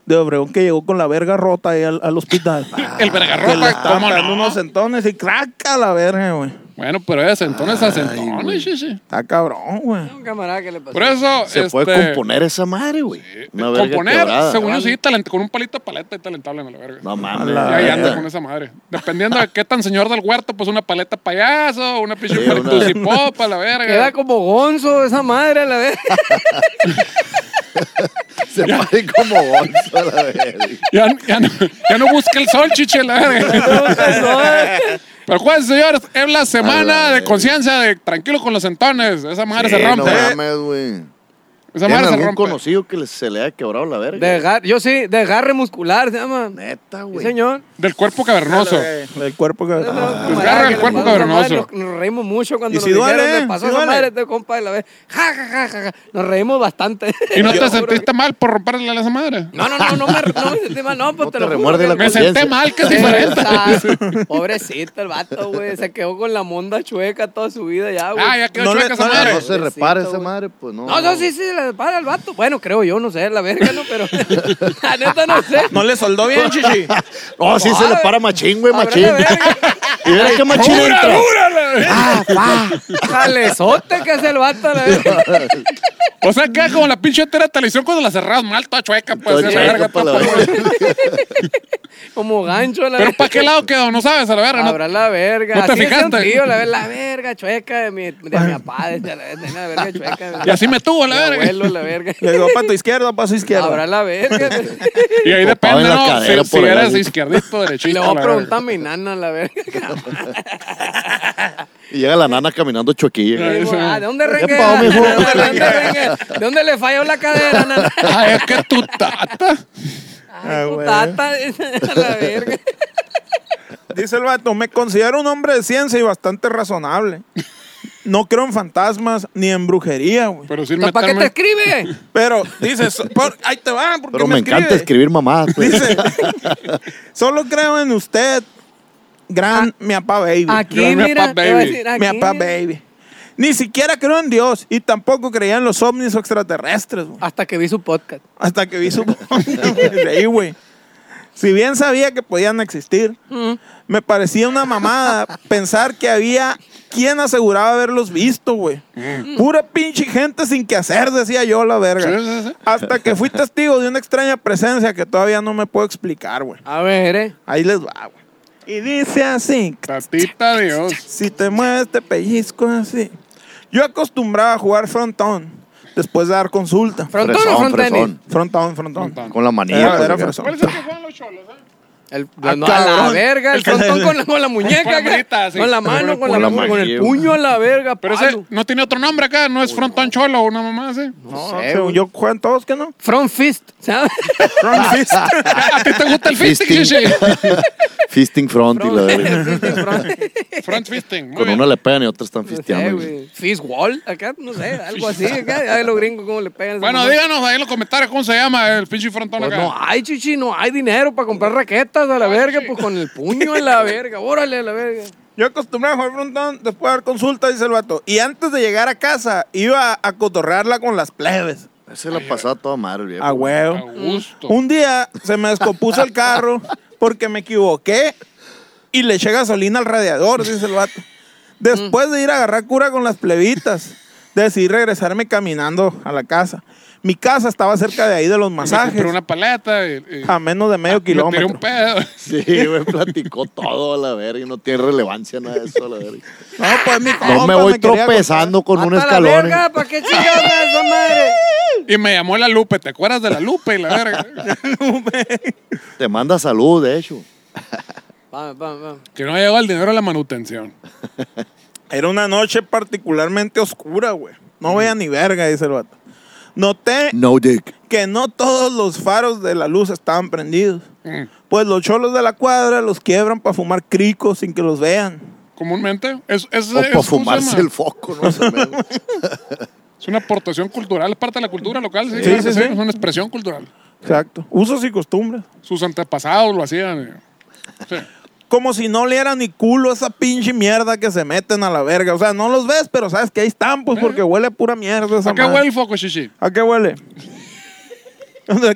de Obregón que llegó con la verga rota ahí al, al hospital.
El
que le
vergarropa,
estaban
¿cómo
dando
no?
unos sentones y craca la verga, güey.
Bueno, pero es entonces a sentones, sí, sí.
Está cabrón, güey.
Un camarada que le pasó.
Por eso,
Se
este,
puede componer esa madre, güey. Una verga
componer,
quebrada.
según yo
Vale.
sí, talent- con un palito de paleta y talentable a la verga.
No
A
mames.
la
Ya ahí anda
verga.
con esa madre. Dependiendo de qué tan señor del huerto, pues una paleta payaso, una pinche
Sí, una-
tucipopa, la
Queda
verga.
como gonzo esa madre a la vez.
Se pare como bolso a la verga.
Ya, ya no, ya no busca el sol, chiche, la verga. Pero acuérdense, señores, es la semana de
verga.
conciencia de tranquilo con los sentones. Esa madre
Sí,
se
Eh, No
rompe.
mames, güey.
Esa
¿Tienen
madre se
algún
rompe.
conocido que les- se le haya quebrado la verga?
Desgar- yo sí, desgarre muscular se llama.
Neta,
Sí,
güey.
señor.
Del cuerpo cavernoso.
El cuerpo que.
Camarada
Desgarra el
que le
cuerpo
pasó esa madre,
cavernoso.
Nos, nos reímos mucho cuando
Ah, pues Y
nos
si
dijeron,
duele,
le pasó
si
esa
duele.
madre a este compa y la vez. Ja, ja, ja, ja, ja. Nos reímos bastante.
¿Y no te sentiste mal por romperle a esa madre?
No, no, no, no me, no me sentí mal, no, pues
No
te,
te
lo juro
remuerde
que
la
no.
Me senté
Conciencia.
mal, que es diferente.
Exacto. Pobrecito el vato, güey. Se quedó con la monda chueca toda su vida ya, güey.
Ah, ya quedó
No le-
chueca esa
no le-
madre.
No se repara esa
güey.
madre, pues no.
No, no, sí, sí, le para al vato. Bueno, creo yo, no sé, la verga, no, pero. la neta no sé.
No le soldó bien, chichi.
No, sí se le para machín, güey, machín.
Habrá que ver.
Y verá qué machín
¡Jura,
entra.
júrale!
Ah, pa.
Jalezote que es el vato, la verga.
O sea, queda como la pinche entera de televisión cuando la cerrabas mal, toda chueca, pues.
Todo
esa
chueco
verga,
pa' la
toda
verga.
polvo.
Como gancho, la
Pero
verga.
¿para qué lado quedó? No sabes, a la verga. ¿no?
Habrá la verga.
¿No te
Así decía un
fijaste?
tío, la, verga, la verga chueca de mi, de mi papá, decía la verga, tenía la verga chueca. de mi-
Y así me tuvo, la
mi abuelo,
verga.
la verga.
Llegó para tu izquierda, para su izquierda.
Habrá la verga.
Y ahí
Topado en
depende,
la
¿no?
cadera
Si,
por
si
el
eres
ladito.
izquierdito, derechito.
Le voy
la
a
verga.
preguntar a mi nana, la verga.
Y llega la nana caminando choquilla.
Ay,
Digo, ah, ¿De dónde rengue?
Epa, mijo.
¿De dónde rengue? ¿De dónde le falló la cadera, nana?
Ay, es que tu tata.
Ah,
Ay, tu
güey.
tata, a la verga.
Dice el vato, me considero un hombre de ciencia y bastante razonable. No creo en fantasmas ni en brujería, güey.
Pero sin
¿Para qué te
meterme.
escribe?
Pero dice, so- por- ahí te van, porque
Pero me encanta
escribe.
escribir mamadas, pues.
Dice, solo creo en usted.
Ah,
gran mi papá baby.
Aquí,
Yo, mi
mira,
papá
te voy a
baby.
decir,
mi
aquí.
papá baby. Ni siquiera creo en Dios y tampoco creía en los ovnis o extraterrestres,
Ah.
güey.
Hasta que vi su podcast.
Hasta que vi su de ahí, güey. Si bien sabía que podían existir,
Mm.
me parecía una mamada pensar que había quien aseguraba haberlos visto, güey. Pura pinche gente sin que hacer, decía yo, la
Mm. Sí, sí,
verga.
sí.
Hasta que fui testigo de una extraña presencia que todavía no me puedo explicar, güey.
A ver, eh.
Ahí les va, güey. Y dice así,
Tatita Dios.
si te mueves, te pellizco así. Yo acostumbraba a jugar frontón después de dar consulta.
¿Frontón o
Fresón,
frontón?
fresón.
Frontón, frontón.
Frontón.
Con la manilla.
Era-
pues,
era
acá.
fresón.
¿Cuál es el que juegan los cholos? eh?
El,
Ah,
no, a la
cabrón.
verga, el
El que se
frontón
le-
con la, con la muñeca,
Con la
acá,
manita, sí.
con la mano, con, la,
manilla,
con el
güey.
puño a la verga,
Pero
palo.
ese no tiene otro nombre acá, no es frontón cholo o una mamá ¿eh? así.
No,
sé,
según
güey.
yo juegan todos, ¿qué no?
Front fist, ¿sabes?
Front fist.
¿A ti Ah, te gusta el fisting,
Fisting.
Shishi?
Fisting front y la verga.
Front fisting. muy
Con
bien.
una le pegan y otra están
No sé,
fisteando. güey.
güey. Fist wall, acá, no sé, algo así, acá. A los gringos cómo le pegan. esas
Bueno,
mamadas.
díganos ahí en los comentarios cómo se llama el pinche frontón
Pues
acá.
no hay, chichi, no hay dinero para comprar raquetas a la verga, pues con el puño a la verga, órale a la verga.
Yo acostumbraba a jugar frontón después de dar consulta, dice el vato. Y antes de llegar a casa, iba a cotorrearla con las plebes.
Se la pasaba toda madre, el viejo.
A
A
huevo.
gusto.
Un día se me descompuso el carro porque me equivoqué y le eché gasolina al radiador, dice el vato. Después de ir a agarrar cura con las plebitas, decidí regresarme caminando a la casa. Mi casa estaba cerca de ahí de los masajes,
Pero una paleta. y- y-
a menos de medio
me tiré
Ah, kilómetro.
un pedo.
Sí, güey, platicó todo a la verga y no tiene relevancia nada de eso a la verga.
No, pues mi
No
compa
me voy
quería
tropezando con un
Hasta la
escalón.
verga, ¿para qué chingados me esa madre?
Y me llamó la Lupe. ¿Te acuerdas de la Lupe y la verga?
Te manda salud, de hecho.
Vamos, vamos, vamos.
que no llegó el dinero a la manutención.
Era una noche particularmente oscura, güey. No veía ni verga, dice el vato. Noté
No dick.
que no todos los faros de la luz estaban prendidos.
Mm.
Pues los cholos de la cuadra los quiebran para fumar crico sin que los vean.
Comúnmente. Es, es, es-
O para
¿cómo se
fumarse
llama?
el foco, no sé. men.
Es una aportación cultural, es parte de la cultura local. Sí,
Sí,
claro que
sí,
sí,
sí.
Es una expresión cultural.
Exacto. Usos y costumbres.
Sus antepasados lo hacían. eh. Sí.
Como si no le era ni culo esa pinche mierda que se meten a la verga. O sea, no los ves, pero sabes que ahí están, pues, porque huele a pura mierda esa
¿A qué
madre.
huele el foco, pues, Shishi?
¿A qué huele?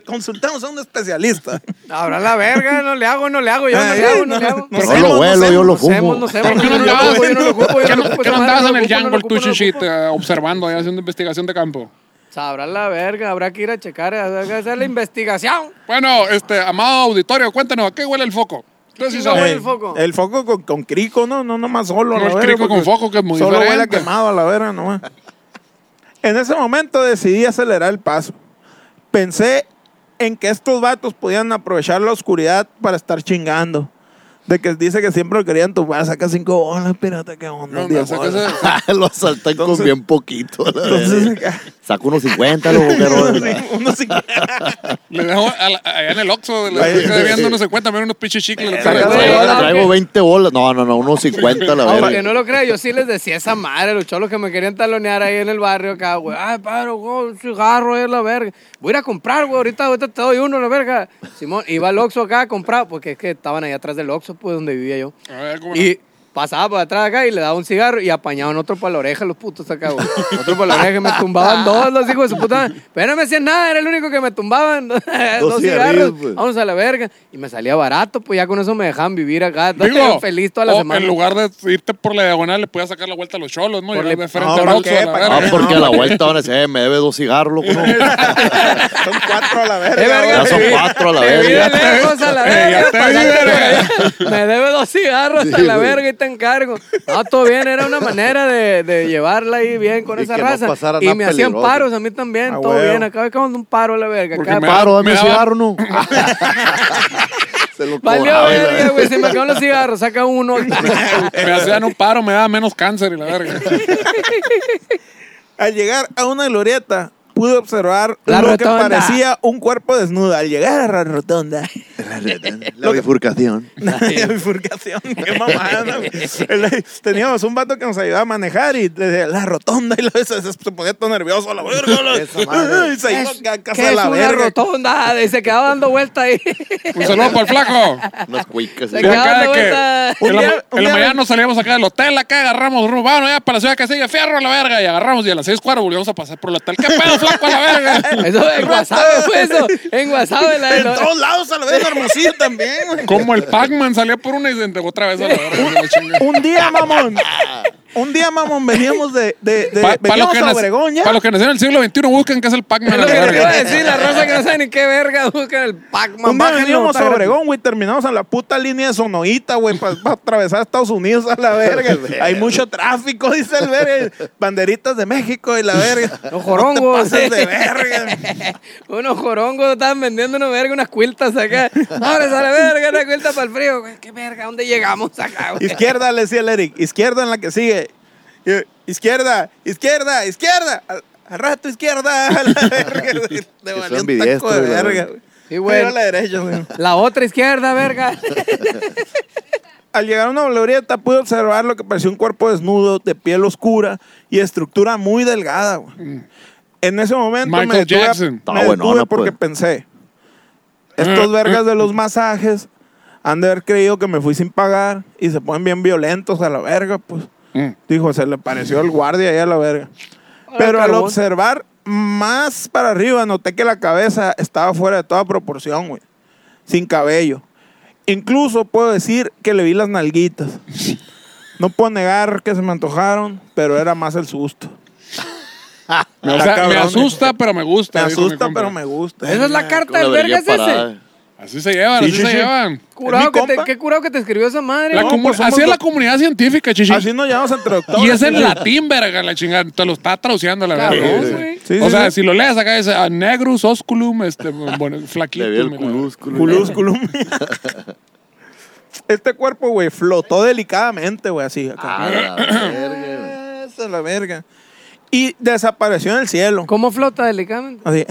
Consultamos a un especialista.
Ahora la verga, no le hago, no le hago, yo no
Ay,
le hago,
no,
no le hago.
no,
No lo vuelo, yo lo fumo.
No sé,
¿Por qué no
no le hago, yo no lo ocupo, yo
¿Qué
no
no,
ocupo
qué
esa
no
madre,
andabas
no
en
lo
el
ocupo, no lo
jungle
ocupo,
tú,
no lo
Shishi,
ocupo?
te- observando, ahí, haciendo investigación de campo?
Sabrá la verga, habrá que ir a checar, habrá que hacer la investigación.
Bueno, este, amado auditorio, cuéntanos, ¿a qué huele el foco? Ustedes sí
Sí,
saben.
huele
Eh,
el foco?
El foco con, con crico, ¿no? No, no más solo. a
No,
la
el
verga,
crico con
porque
foco, que es muy
Solo huele a
diferente.
quemado a la verga nomás. En ese momento decidí acelerar el paso. Pensé en que estos vatos podían aprovechar la oscuridad para estar chingando. De que dice que siempre lo querían tumbar. Saca cinco bolas, pirata, qué onda.
No,
Diez
saca
bolas.
ese-
Lo asaltan con bien poquito. a la verga.
Entonces acá-
Saco unos 50, luego que rola.
Uno sí-
Le dejo a la- allá en el Oxxo, de la
Ahí.
estoy debiendo unos 50, me unos pinches chicles. le
Saca
traigo.
de-
Ahora,
Traigo, traigo 20 bolas. No, no, no, unos 50 a la
Aunque no
verga.
lo crea, yo sí les decía esa madre, los cholos que me querían talonear ahí en el barrio acá, güey. Ay, paro, güey, un cigarro ahí a la verga. Voy a ir a comprar, güey, ahorita, ahorita te doy uno a la verga. Simón, iba al Oxxo acá a comprar, porque es que estaban ahí atrás del Oxxo, pues, donde vivía yo.
A ver, ¿cómo no?
Y pasaba por atrás acá y le daba un cigarro y apañaban otro para la oreja los putos acá, güey. Otro para la oreja que me tumbaban dos los hijos de su puta. madre. Pero no me hacían nada, era el único que me tumbaban. dos
Dos
cigarros.
cigarrillos, pues.
Vamos a la verga. Y me salía barato, pues ya con eso me dejaban vivir acá.
Digo,
feliz toda la
o
semana.
oh, en lugar de irte por la diagonal, le podías sacar la vuelta a los cholos, ¿no? Y
Por
de
la-
frente
No,
al
¿para
Oxxo,
qué?
a la
¿Para
verga.
Ah, porque a la vuelta van a decir, eh, me debe dos cigarros, loco. no.
Son cuatro a la verga.
Eh, verga,
ahora.
Ya son
sí.
cuatro a la
Te vi de
verga.
lejos a la
Eh,
verga,
ya te eh. vi,
pasaste por
verga.
allá. Me debe dos cigarros a la verga y te encargo. No, todo bien, era una manera de, de llevarla ahí bien con
Y
esa
que no
raza.
pasara
y
nada
me hacían
peligroso.
paros a mí también,
Ah,
todo
huevo.
bien. Acá acabamos de un paro a la verga.
Porque
acá.
me-
Paro, dame
Me
un
daba-
cigarro, no. Se lo
Valió
cobraba, la
¿eh?
verga, güey. Se me acaban los cigarros, saca uno.
Me hacían un paro, me daba menos cáncer y la verga.
Al llegar a una glorieta, pude observar
La
lo
rotonda.
que parecía un cuerpo desnudo al llegar a la rotonda.
La bifurcación.
La bifurcación, qué mamada. güey. El- Teníamos un vato que nos ayudaba a manejar y le decía la rotonda y la vez se, se ponía todo nervioso a la verga. la-
Esa madre.
y se iba
Es-
a ca-
que
casa de
es
la
una
verga.
rotonda, y se quedaba dando vuelta ahí.
Un saludo para el flaco.
Unas cuicas.
Se
Y acá
dando
de
vuelta.
que
Un
en la,
día- un
en la
día-
mañana nos salíamos acá del hotel, acá agarramos rumbo, bueno, ya para la ciudad que sigue, fierro a la verga, y agarramos y a las seis cuadras volvíamos a pasar por la tal. ¿Qué pedo, flaco, a la verga?
Eso en WhatsApp fue eso. En WhatsApp. en la-
En todos lados a la verga, Hermosillo también. güey.
Como el Pac-Man salía por una y se entregó otra vez a la verga. la chinga.
Un día, mamón. Un día, mamón, veníamos de, de, de
Pa- pa' los
veníamos
que
a
nac-
Obregón ya.
pa' los que nacieron en el siglo XXI, buscan qué es el Pac-Man.
Es
a
lo
la
que te iba a
verga.
decir, la raza que no sabe ni qué verga busca el Pac-Man.
Un día
Bájenlo,
veníamos
está
a
gratis.
Obregón, güey, terminamos en la puta línea de Sonoita, güey, para atravesar Estados Unidos a la verga. Hay mucho tráfico, dice el verga. Banderitas de México y la verga.
Los jorongos.
No te pases de verga.
unos jorongos estaban vendiendo una verga, unas cuiltas acá. Ahora sale verga, una cuilta para el frío. güey. ¿Qué verga? ¿Dónde llegamos acá? güey?
Izquierda, le decía el Eric. Izquierda en la que sigue. Y- Izquierda, izquierda, izquierda. Al, al rato izquierda. a la verga, güey. Te valió un
son
taco de
ambidiestros, la
verga,
verga.
güey.
Sí, güey.
Pero a la derecha, güey.
La otra izquierda, verga.
Al llegar a una glorieta pude observar lo que parecía un cuerpo desnudo, de piel oscura y estructura muy delgada. güey. En ese momento me
Mm. Michael
detuve,
Jackson. Mm.
me
Ah, bueno,
detuve
no, pues.
porque pensé, estos vergas de los masajes han de haber creído que me fui sin pagar y se ponen bien violentos a la verga, pues.
Mm.
Dijo, se le pareció el guardia ahí a la verga.
Ahora
Pero al
carbón.
observar más para arriba, noté que la cabeza estaba fuera de toda proporción, güey. Sin cabello. Incluso puedo decir que le vi las nalguitas. No puedo negar que se me antojaron, pero era más el susto.
Me- o
Está
sea, me
cabrón,
asusta, pero me
Me
gusta. dijo mi
asusta,
compa.
pero me gusta.
Esa es la carta del verga, es ese.
Así se llevan,
Sí,
así
sí,
se
sí.
llevan.
Curado
¿Es mi
que te,
compa?
qué curado que te escribió esa madre.
La
No,
comu-
pues somos
así es la
dos-
comunidad científica, chichi.
Así nos llamamos entre doctores.
Y es en latín, verga, la chingada. Te lo está traduciendo, la
Cabrón,
verga.
güey.
Sí,
o
sí,
sea,
sí.
si lo lees acá, dice a negrus, osculum, este, bueno, flaquito.
Le vi el
mira.
culúsculo. ¿eh?
Culus, culum. Este cuerpo, güey, flotó delicadamente, güey, así. Acá.
Ah, la verga, güey.
Esa es la verga. Y desapareció en el cielo.
¿Cómo flota delicadamente?
Así.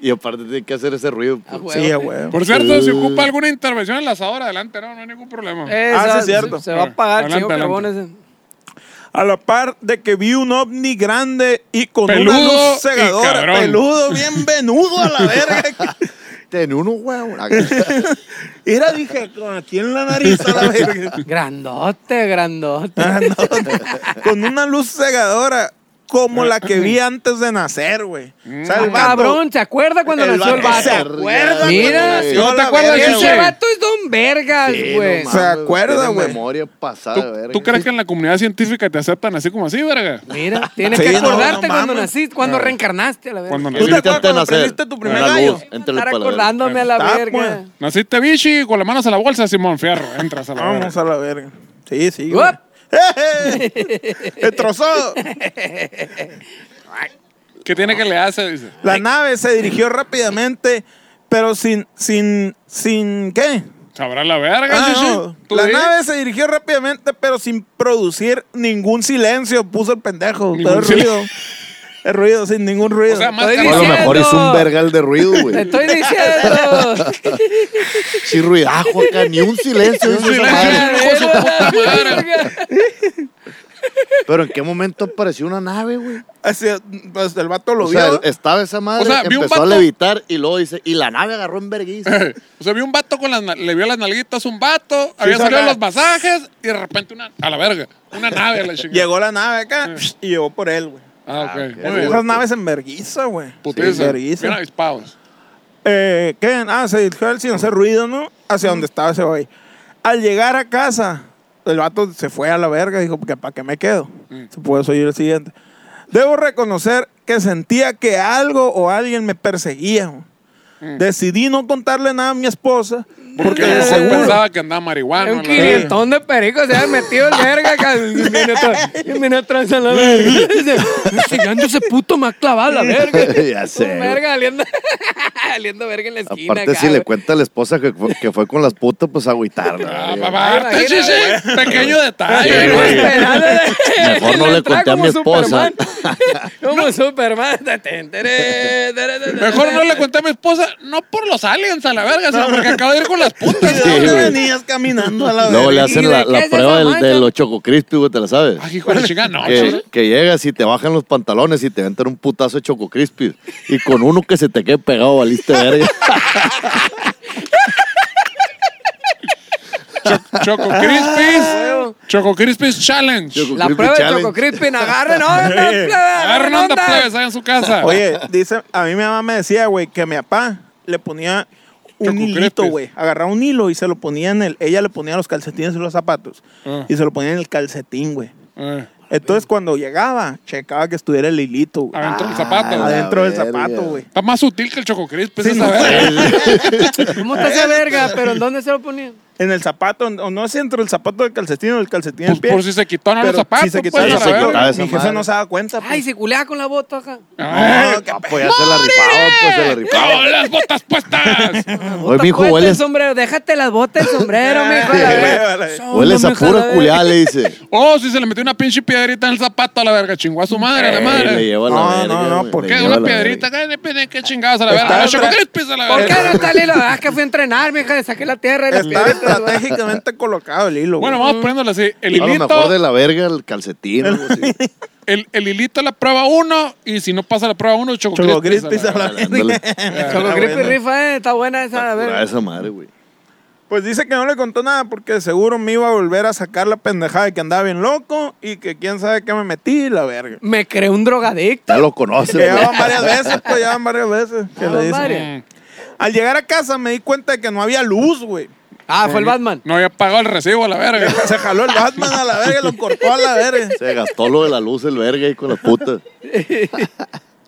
Y aparte tiene que hacer ese ruido.
Ah, güey.
Sí, a huevo.
Por cierto, si ocupa alguna intervención en la asadora, adelante, no, no hay ningún problema.
Ah, sí,
Esa-
es cierto.
Se, se va a pagar,
Adelante,
chico
adelante.
carbón ese.
A la par de que vi un ovni grande y con una
Peludo
luz
y
cegadora.
cabrón.
Peludo, bien venudo a la verga.
Ten uno, huevo.
Era, dije, con aquí en la nariz a la verga.
Grandote, grandote.
Ah, no, no. con una luz cegadora como la que vi antes de nacer, güey. O sea, el vato-
Ah, Cabrón, ¿se acuerda cuando
El
nació el
vato
vato?
se acuerda cuando
Mira,
nació
¿no te
la
acuerdas,
verga,
Chuche?
Ese
güey.
vato es don vergas, güey.
mames. acuerda, güey.
memoria pasada,
¿Tú,
de Ah, verga.
tú crees que en la comunidad científica te aceptan así como así, verga?
Mira, tienes
Sí,
que
no, no
acordarte cuando
mames.
naciste, cuando reencarnaste a la verga.
Cuando
¿Tú te
naciste,
Naciste
acuerdas cuando
antes de
prendiste
nacer.
tu primer
Era la
gallo?
luz. Entrale
Estar
para la
acordándome a la
Está, pues.
verga.
naciste bichi con las manos a la bolsa, Simón Fierro. Entras a la verga.
Vamos a la verga. Sí, sí.
Uop.
güey. ¡Eh, eh! ¡Destrozó!
¿Qué tiene que le hace? Dice.
La nave se dirigió rápidamente, pero sin, sin, sin, ¿qué?
Sabrá la verga,
Ah,
chichi.
no.
Tú
La
di.
nave se dirigió rápidamente, pero sin producir ningún silencio, puso el pendejo.
Ningún
Todo el
silencio.
ruido. El ruido, sin ningún ruido.
O sea, más
Estoy
O a lo
cabrón.
diciendo-
mejor es un vergal de ruido,
Te
güey.
estoy diciendo.
Sí, ruidajo acá, ni un silencio.
Un
dice esa
silencio.
madre.
hijo de su puta
Pero ¿en qué momento apareció una nave, güey?
Así, pues, el vato lo
O
vio.
sea, estaba esa madre,
O sea, vi un
empezó a
vato-
levitar y luego dice, y la nave agarró en vergüenza.
O sea, vi un vato con las na- le vio las nalguitas a un vato, había
saca.
salido de los masajes y de repente una a la verga, una nave a la chingada.
Llegó la nave acá y llegó por él, güey.
Ah, ok.
Ah,
Ah. Muy bien.
Esas naves en verguiza, güey.
Putiza.
verguiza.
Bien avispados.
Eh, ¿Qué? Ah, se dirigió él sin hacer ruido, ¿no? Hacia donde estaba ese güey. Al llegar a casa, el vato se fue a la verga dijo, porque ¿para qué me quedo?
Mm.
Se puede oír el siguiente. Debo reconocer que sentía que
Mm.
algo o alguien me perseguía. güey. Decidí no contarle nada a mi esposa
Porque yo
seguro.
pensaba que andaba marihuana.
Un
la verga.
quinientón de pericos se han metido el verga. ca- Y viene atrás- y viene atrás a la verga. Dice, "Ya ando ese puto más clavado a la verga.
ya
Un
sé. güey.
verga aliendo, aliendo verga en la esquina.
Aparte,
acá,
si le
güey.
cuenta a la esposa que fue, que fue con las putas, pues agüitarla.
Ah,
güey.
papá,
Imagina,
sí, sí, sí. Pequeño detalle,
Llegó
güey.
esperando de-
Mejor no
de
le
entrar
conté a mi
como
esposa.
Superman. Como Superman. Te- te- te- te- te- te-
Mejor no le conté a mi esposa, no por los aliens a la verga, sino porque acabo de ir con las putas.
¿Y de dónde
Sí, güey.
venías caminando a la
Luego le
verga?
hacen
¿Y
la,
de qué
la
es esa
prueba del,
mancha?
de los Choco Crispy, güey, te la sabes.
Ay, hijo de la chingada, no,
que,
chile.
que llegas y te bajan los pantalones y te aventan un putazo de Choco Crispy. Y con uno que se te quede pegado, valiste verga.
Choco Crispies. Choco Crispies Challenge.
Choco
La
Crispy
prueba de
Challenge.
Choco Crispin. Agarren onda, plebe,
Agarren
agarren
onda,
onda.
plebes, ahí en su casa.
Oye, dice, a mí mi mamá me decía, güey, que mi papá le ponía un
Choco
hilito,
Crispies.
güey. Agarraba un hilo y se lo ponía en el. Ella le ponía los calcetines y los zapatos.
Ah.
Y se lo ponía en el calcetín, güey.
Eh,
Entonces cuando llegaba, checaba que estuviera el hilito, güey.
Adentro del zapato.
Ah,
güey.
adentro del
la verga.
zapato, güey.
Está más sutil que el Choco Crispies.
Sí,
esa
no.
verga. pues.
¿Cómo está esa verga? ¿Pero en dónde se lo ponían?
En el zapato, o no es entre el zapato del calcetín o el calcetín del
Pues
pie.
por si se quitó no los
Pero
zapatos.
Si se quitó
pues,
el
a la
zapato.
verga.
quitaba
zapato,
esa
mi jefe
madre.
no se daba cuenta.
Ay,
pues.
se culea con la bota acá.
Ah,
No, qué
Ah, pues ya se la rifaban, pues se la
¡Con
rifaban.
las botas puestas!
Hoy mi hijo
Puesta
huele,
el sombrero, déjate las botas el sombrero, mijo. a la verga.
huele a
Somos, mijo, a la
pura
verga.
culiá, le dice.
Oh, si se le metió una pinche piedrita en el zapato a la verga, chingó a su madre, a la
Eh, le
madre.
lleva a la
No,
verga,
no, no,
güey,
¿por
le
qué?
¿Qué?
lleva a
Una
la
piedrita, ¿qué le piden? ¿Qué chingados a la
Está
verga? ¡Ah, Choco
otra-
Crispies a la
¿Por qué
verga!
no está el hilo? Ah, que fui a entrenar, mija, le saqué la tierra y la
Está
piedra.
estratégicamente colocado el hilo.
Bueno,
güey.
vamos poniéndole así. El
verga. A lo mejor
hilito,
de la verga el calcetín. algo así.
el, el hilito a la prueba 1 y si no pasa la prueba 1, Choco
Choco
Crispies. a la
Crispies a
verga.
la
Ándale.
verga.
Choco
Está
Crispy
bueno.
rifa, eh, está buena esa, a
Curada
Ah,
ver.
esa madre, güey.
Pues dice que no le contó nada porque de seguro me iba a volver a sacar la pendejada de que andaba bien loco y que quién sabe qué me metí, la verga.
Me creé un drogadicto.
Ya lo conoce,
Que
güey.
llevaban varias veces, pues llevaban varias veces. que le
Ah,
dicen.
varias.
Mm.
Al llegar a casa me di cuenta de que no había luz, güey.
Ah,
Eh,
fue el Batman.
No había pagado el recibo a la verga.
Se jaló el Batman a la verga y lo cortó a la verga.
Se gastó lo de la luz el verga y con las putas.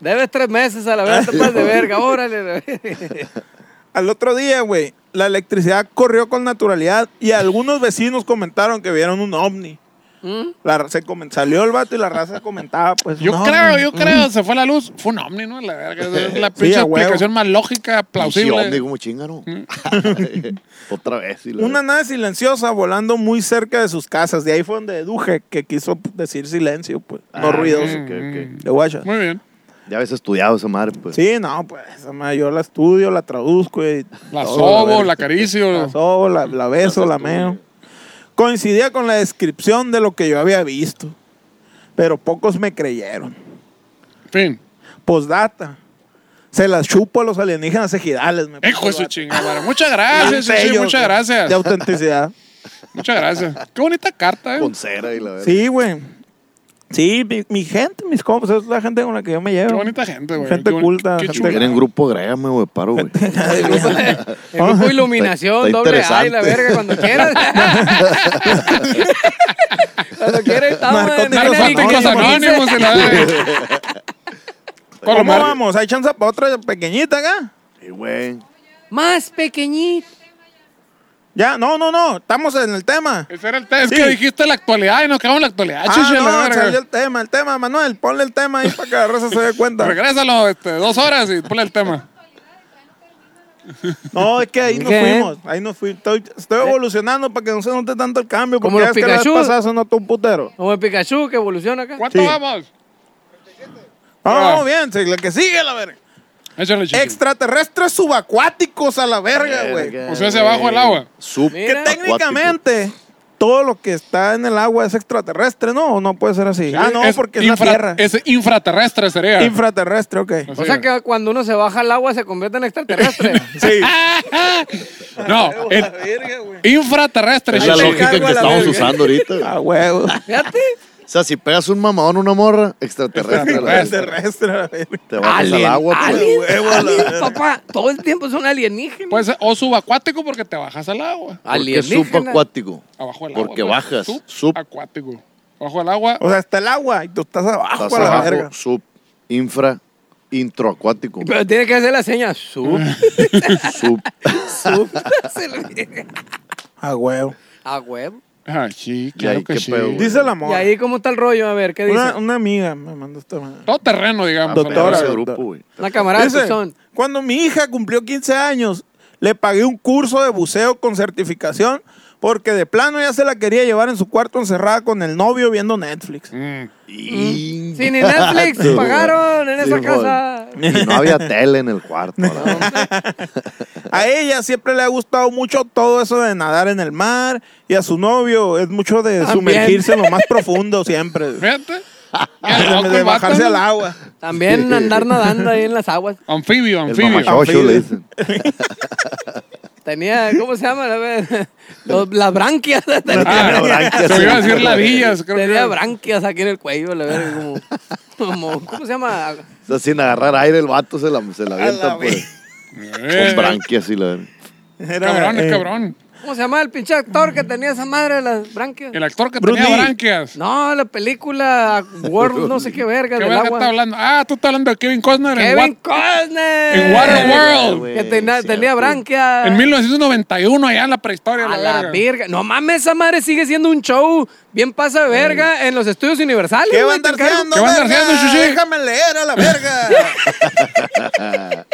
Debes tres meses a la verga, te pasas de verga, órale.
Al otro día, güey, la electricidad corrió con naturalidad y algunos vecinos comentaron que vieron un ovni. La, ra- se comen- salió el vato y la raza comentaba, pues.
¿Mm? Yo
un ovni.
creo, yo creo, se fue la luz. Fue un ovni, ¿no? La verga. esa Es la
Sí,
pinche
a huevo.
explicación más lógica,
Sí, hombre,
plausible. Mm.
como chinga, ¿no? Otra vez. y la-
Una nave silenciosa volando muy cerca de sus casas. De ahí fue donde deduje que quiso decir silencio, pues. No
Ah,
ruidoso.
ok, ok.
De guacha.
Muy bien.
Ya habías estudiado esa madre, pues.
Sí, no, pues esa madre, yo la estudio, la traduzco y
La
todo,
sobo,
verga.
la acaricio.
La sobo, la, la beso, la
Las
meo.
estudio.
Coincidía con la descripción de lo que yo había visto, pero pocos me creyeron.
Fin.
Postdata. Se las chupo a los alienígenas ejidales. Me puso
Hijo de
el
su
vato.
chingada. madre. Muchas
Un
gracias, sí, sí,
sello
muchas
de-
gracias.
De autenticidad.
Muchas gracias. Qué bonita carta, eh.
Con cera y la verga.
Sí, güey. Sí, mi, mi gente, mis compas, es la gente con la que yo me llevo.
Qué bonita gente, güey.
Gente
Qué boni-
culta,
qué
gente-
chula.
Tienen grupo, agrégame, güey, paro, güey.
Ah,
El grupo Iluminación,
Está-
doble
está
A y la
interesante.
verga, cuando quieras. cuando quieras, estamos
Narcóticos
en- en el-
Narcóticos anónimos en la verga. Con lo
¿Cómo
mar-
vamos? ¿Hay chance para otra pequeñita acá?
Sí, güey.
Más pequeñito.
Ya, no, no, no. Estamos en el tema.
Ese era el tema. Es
Sí.
que dijiste la actualidad y nos quedamos en la actualidad,
Ah,
chiche, la
no,
verga.
salió el tema, el tema, Manuel. Ponle el tema ahí para que la raza se dé cuenta.
Regrésalo este, dos horas y ponle el tema.
No, es que ahí nos
¿Qué?
fuimos. Ahí nos fuimos. Estoy, estoy evolucionando para que no se note tanto el cambio.
Como
Porque ya
los
es que la vez
Pikachu.
pasada se notó un putero.
Como el Pikachu que evoluciona acá.
¿Cuánto
Sí.
vamos?
Ah,
Ah.
no, bien, sí, la que sigue, la verga.
Échale, chiche.
Extraterrestres subacuáticos a la verga, güey.
Verga,
O sea, hacia
güey.
abajo el agua.
Sub-
Que
Mira.
técnicamente todo lo que está en el agua es extraterrestre, ¿no? ¿O no puede ser así? Ah, no,
Es
porque es
infra-
la Tierra.
Es infraterrestre sería.
Infraterrestre, ok.
Así
O sea
es.
que cuando uno se baja al agua se convierte en extraterrestre.
Sí.
No, el-
güey.
infraterrestre.
Es la
Ahí te
chiche.
lógica que
encargo a la
estamos
verga.
usando ahorita.
A huevo.
Fíjate.
O sea, si pegas un mamadón a una morra, extraterrestre. la verga.
Extraterrestre, a la verga.
Te bajas al agua, pues.
alien,
huevo, la
alien,
verga.
papá. Todo el tiempo son alienígenas.
Puede ser o subacuático porque te bajas al agua.
Porque es subacuático.
Abajo del agua.
Porque
pues.
bajas. Sub.
Subacuático. Abajo del agua.
Ah,
O sea, está el agua y tú estás abajo
Estás
a la
abajo,
verga.
sub, infra, Introacuático.
Pero tiene que hacer la seña. Sup,
Sup.
sup. Se lo-
A huevo.
A huevo.
Ah, sí, claro
ahí
que
qué
sí.
pedo, güey.
Dice la
¿Y
morra.
ahí cómo está el rollo? A ver, ¿qué dice?
Una,
Una,
una amiga me mandó esta madre.
Todo terreno, digamos.
Doctora.
a la verga.
Doctora. Ese grupo, güey.
camarada
Dice,
son.
cuando mi hija cumplió 15 años, le pagué un curso de buceo con certificación porque de plano ya se la quería llevar en su cuarto encerrada con el novio viendo Netflix.
Mm.
Y...
Sí, ni Netflix
Sí,
pagaron en
sí,
esa
güey.
casa.
Y no había tele en el cuarto. ¿no?
A ella siempre le ha gustado mucho todo eso de nadar en el mar y a su novio es mucho de
También.
sumergirse en lo más profundo siempre. De,
Fíjate. Qué loco
de
el vato,
bajarse
¿no?
al agua.
También andar nadando ahí en las aguas.
Anfibio,
El
anfibio.
mamachocho le dicen.
Tenía, ¿cómo se llama? A ver, los- las branquias.
Ah,
branquias.
se me iba a decir labillas, creo que.
Tenía branquias aquí en el cuello, la verga, como, como- ¿cómo se llama?
O sea, sin agarrar aire, el vato se la, se la
la
avienta por,
vez.
Eh,
con branquias y la
Era,
Cabrón, es
eh,
cabrón.
¿Cómo se llama el pinche actor que tenía esa madre de las branquias?
El actor que
Bruce
tenía
Lee.
branquias.
No, la película World, no sé qué verga,
¿Qué
del
verga está
agua.
hablando? Ah, tú estás hablando de Kevin Costner en,
Kevin
What-
Costner.
en Waterworld.
Que tenía,
Güey,
tenía
cierto.
branquias.
En 1991, allá en la prehistoria.
A
la
la
verga.
verga. No mames, esa madre sigue siendo un show bien pasa de verga en los estudios universales.
¿Qué va a
güey, te
andar
encargo.
haciendo?
¿Qué va a andar
verga?
haciendo, Chuchi?
Déjame leer a la verga.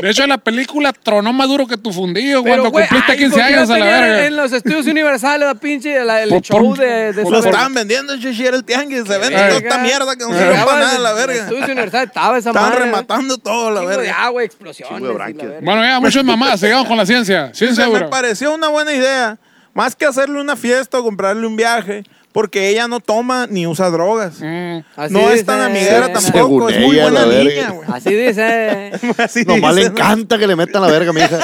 De hecho, la película tronó más duro que tu fundillo
Pero,
cuando
güey,
cumpliste
ay,
15
¿por qué
años
no
a la
tenían
verga.
En los estudios universales, la pinche, la- el
Por-
show
por-
de, de
por-
Lo
esa
por-
estaban vendiendo, Chuchi, era el tianguis. Se vende
Eh.
toda
verga.
esta mierda que no
Llegaban
sirve para nada, la
En los
verga.
estudios universales estaba esa
Estaban
¿eh?
madre.
rematando todo, la
Chingo de
verga.
agua, explosiones.
Chingo de
y la
branquias.
verga.
Bueno, ya, muchas mamás, sigamos con la ciencia. Ciencia
Dice, me
dura.
pareció una buena idea. Más que hacerle una fiesta o comprarle un viaje, porque ella no toma ni usa drogas.
Mm.
Así
no es
dice-
tan amiguera tampoco,
eh, Según
es muy
ella,
buena
la verga.
niña, güey.
Así dice.
Así
Nomás le
dice, ¿no?
encanta que le metan la verga, mija.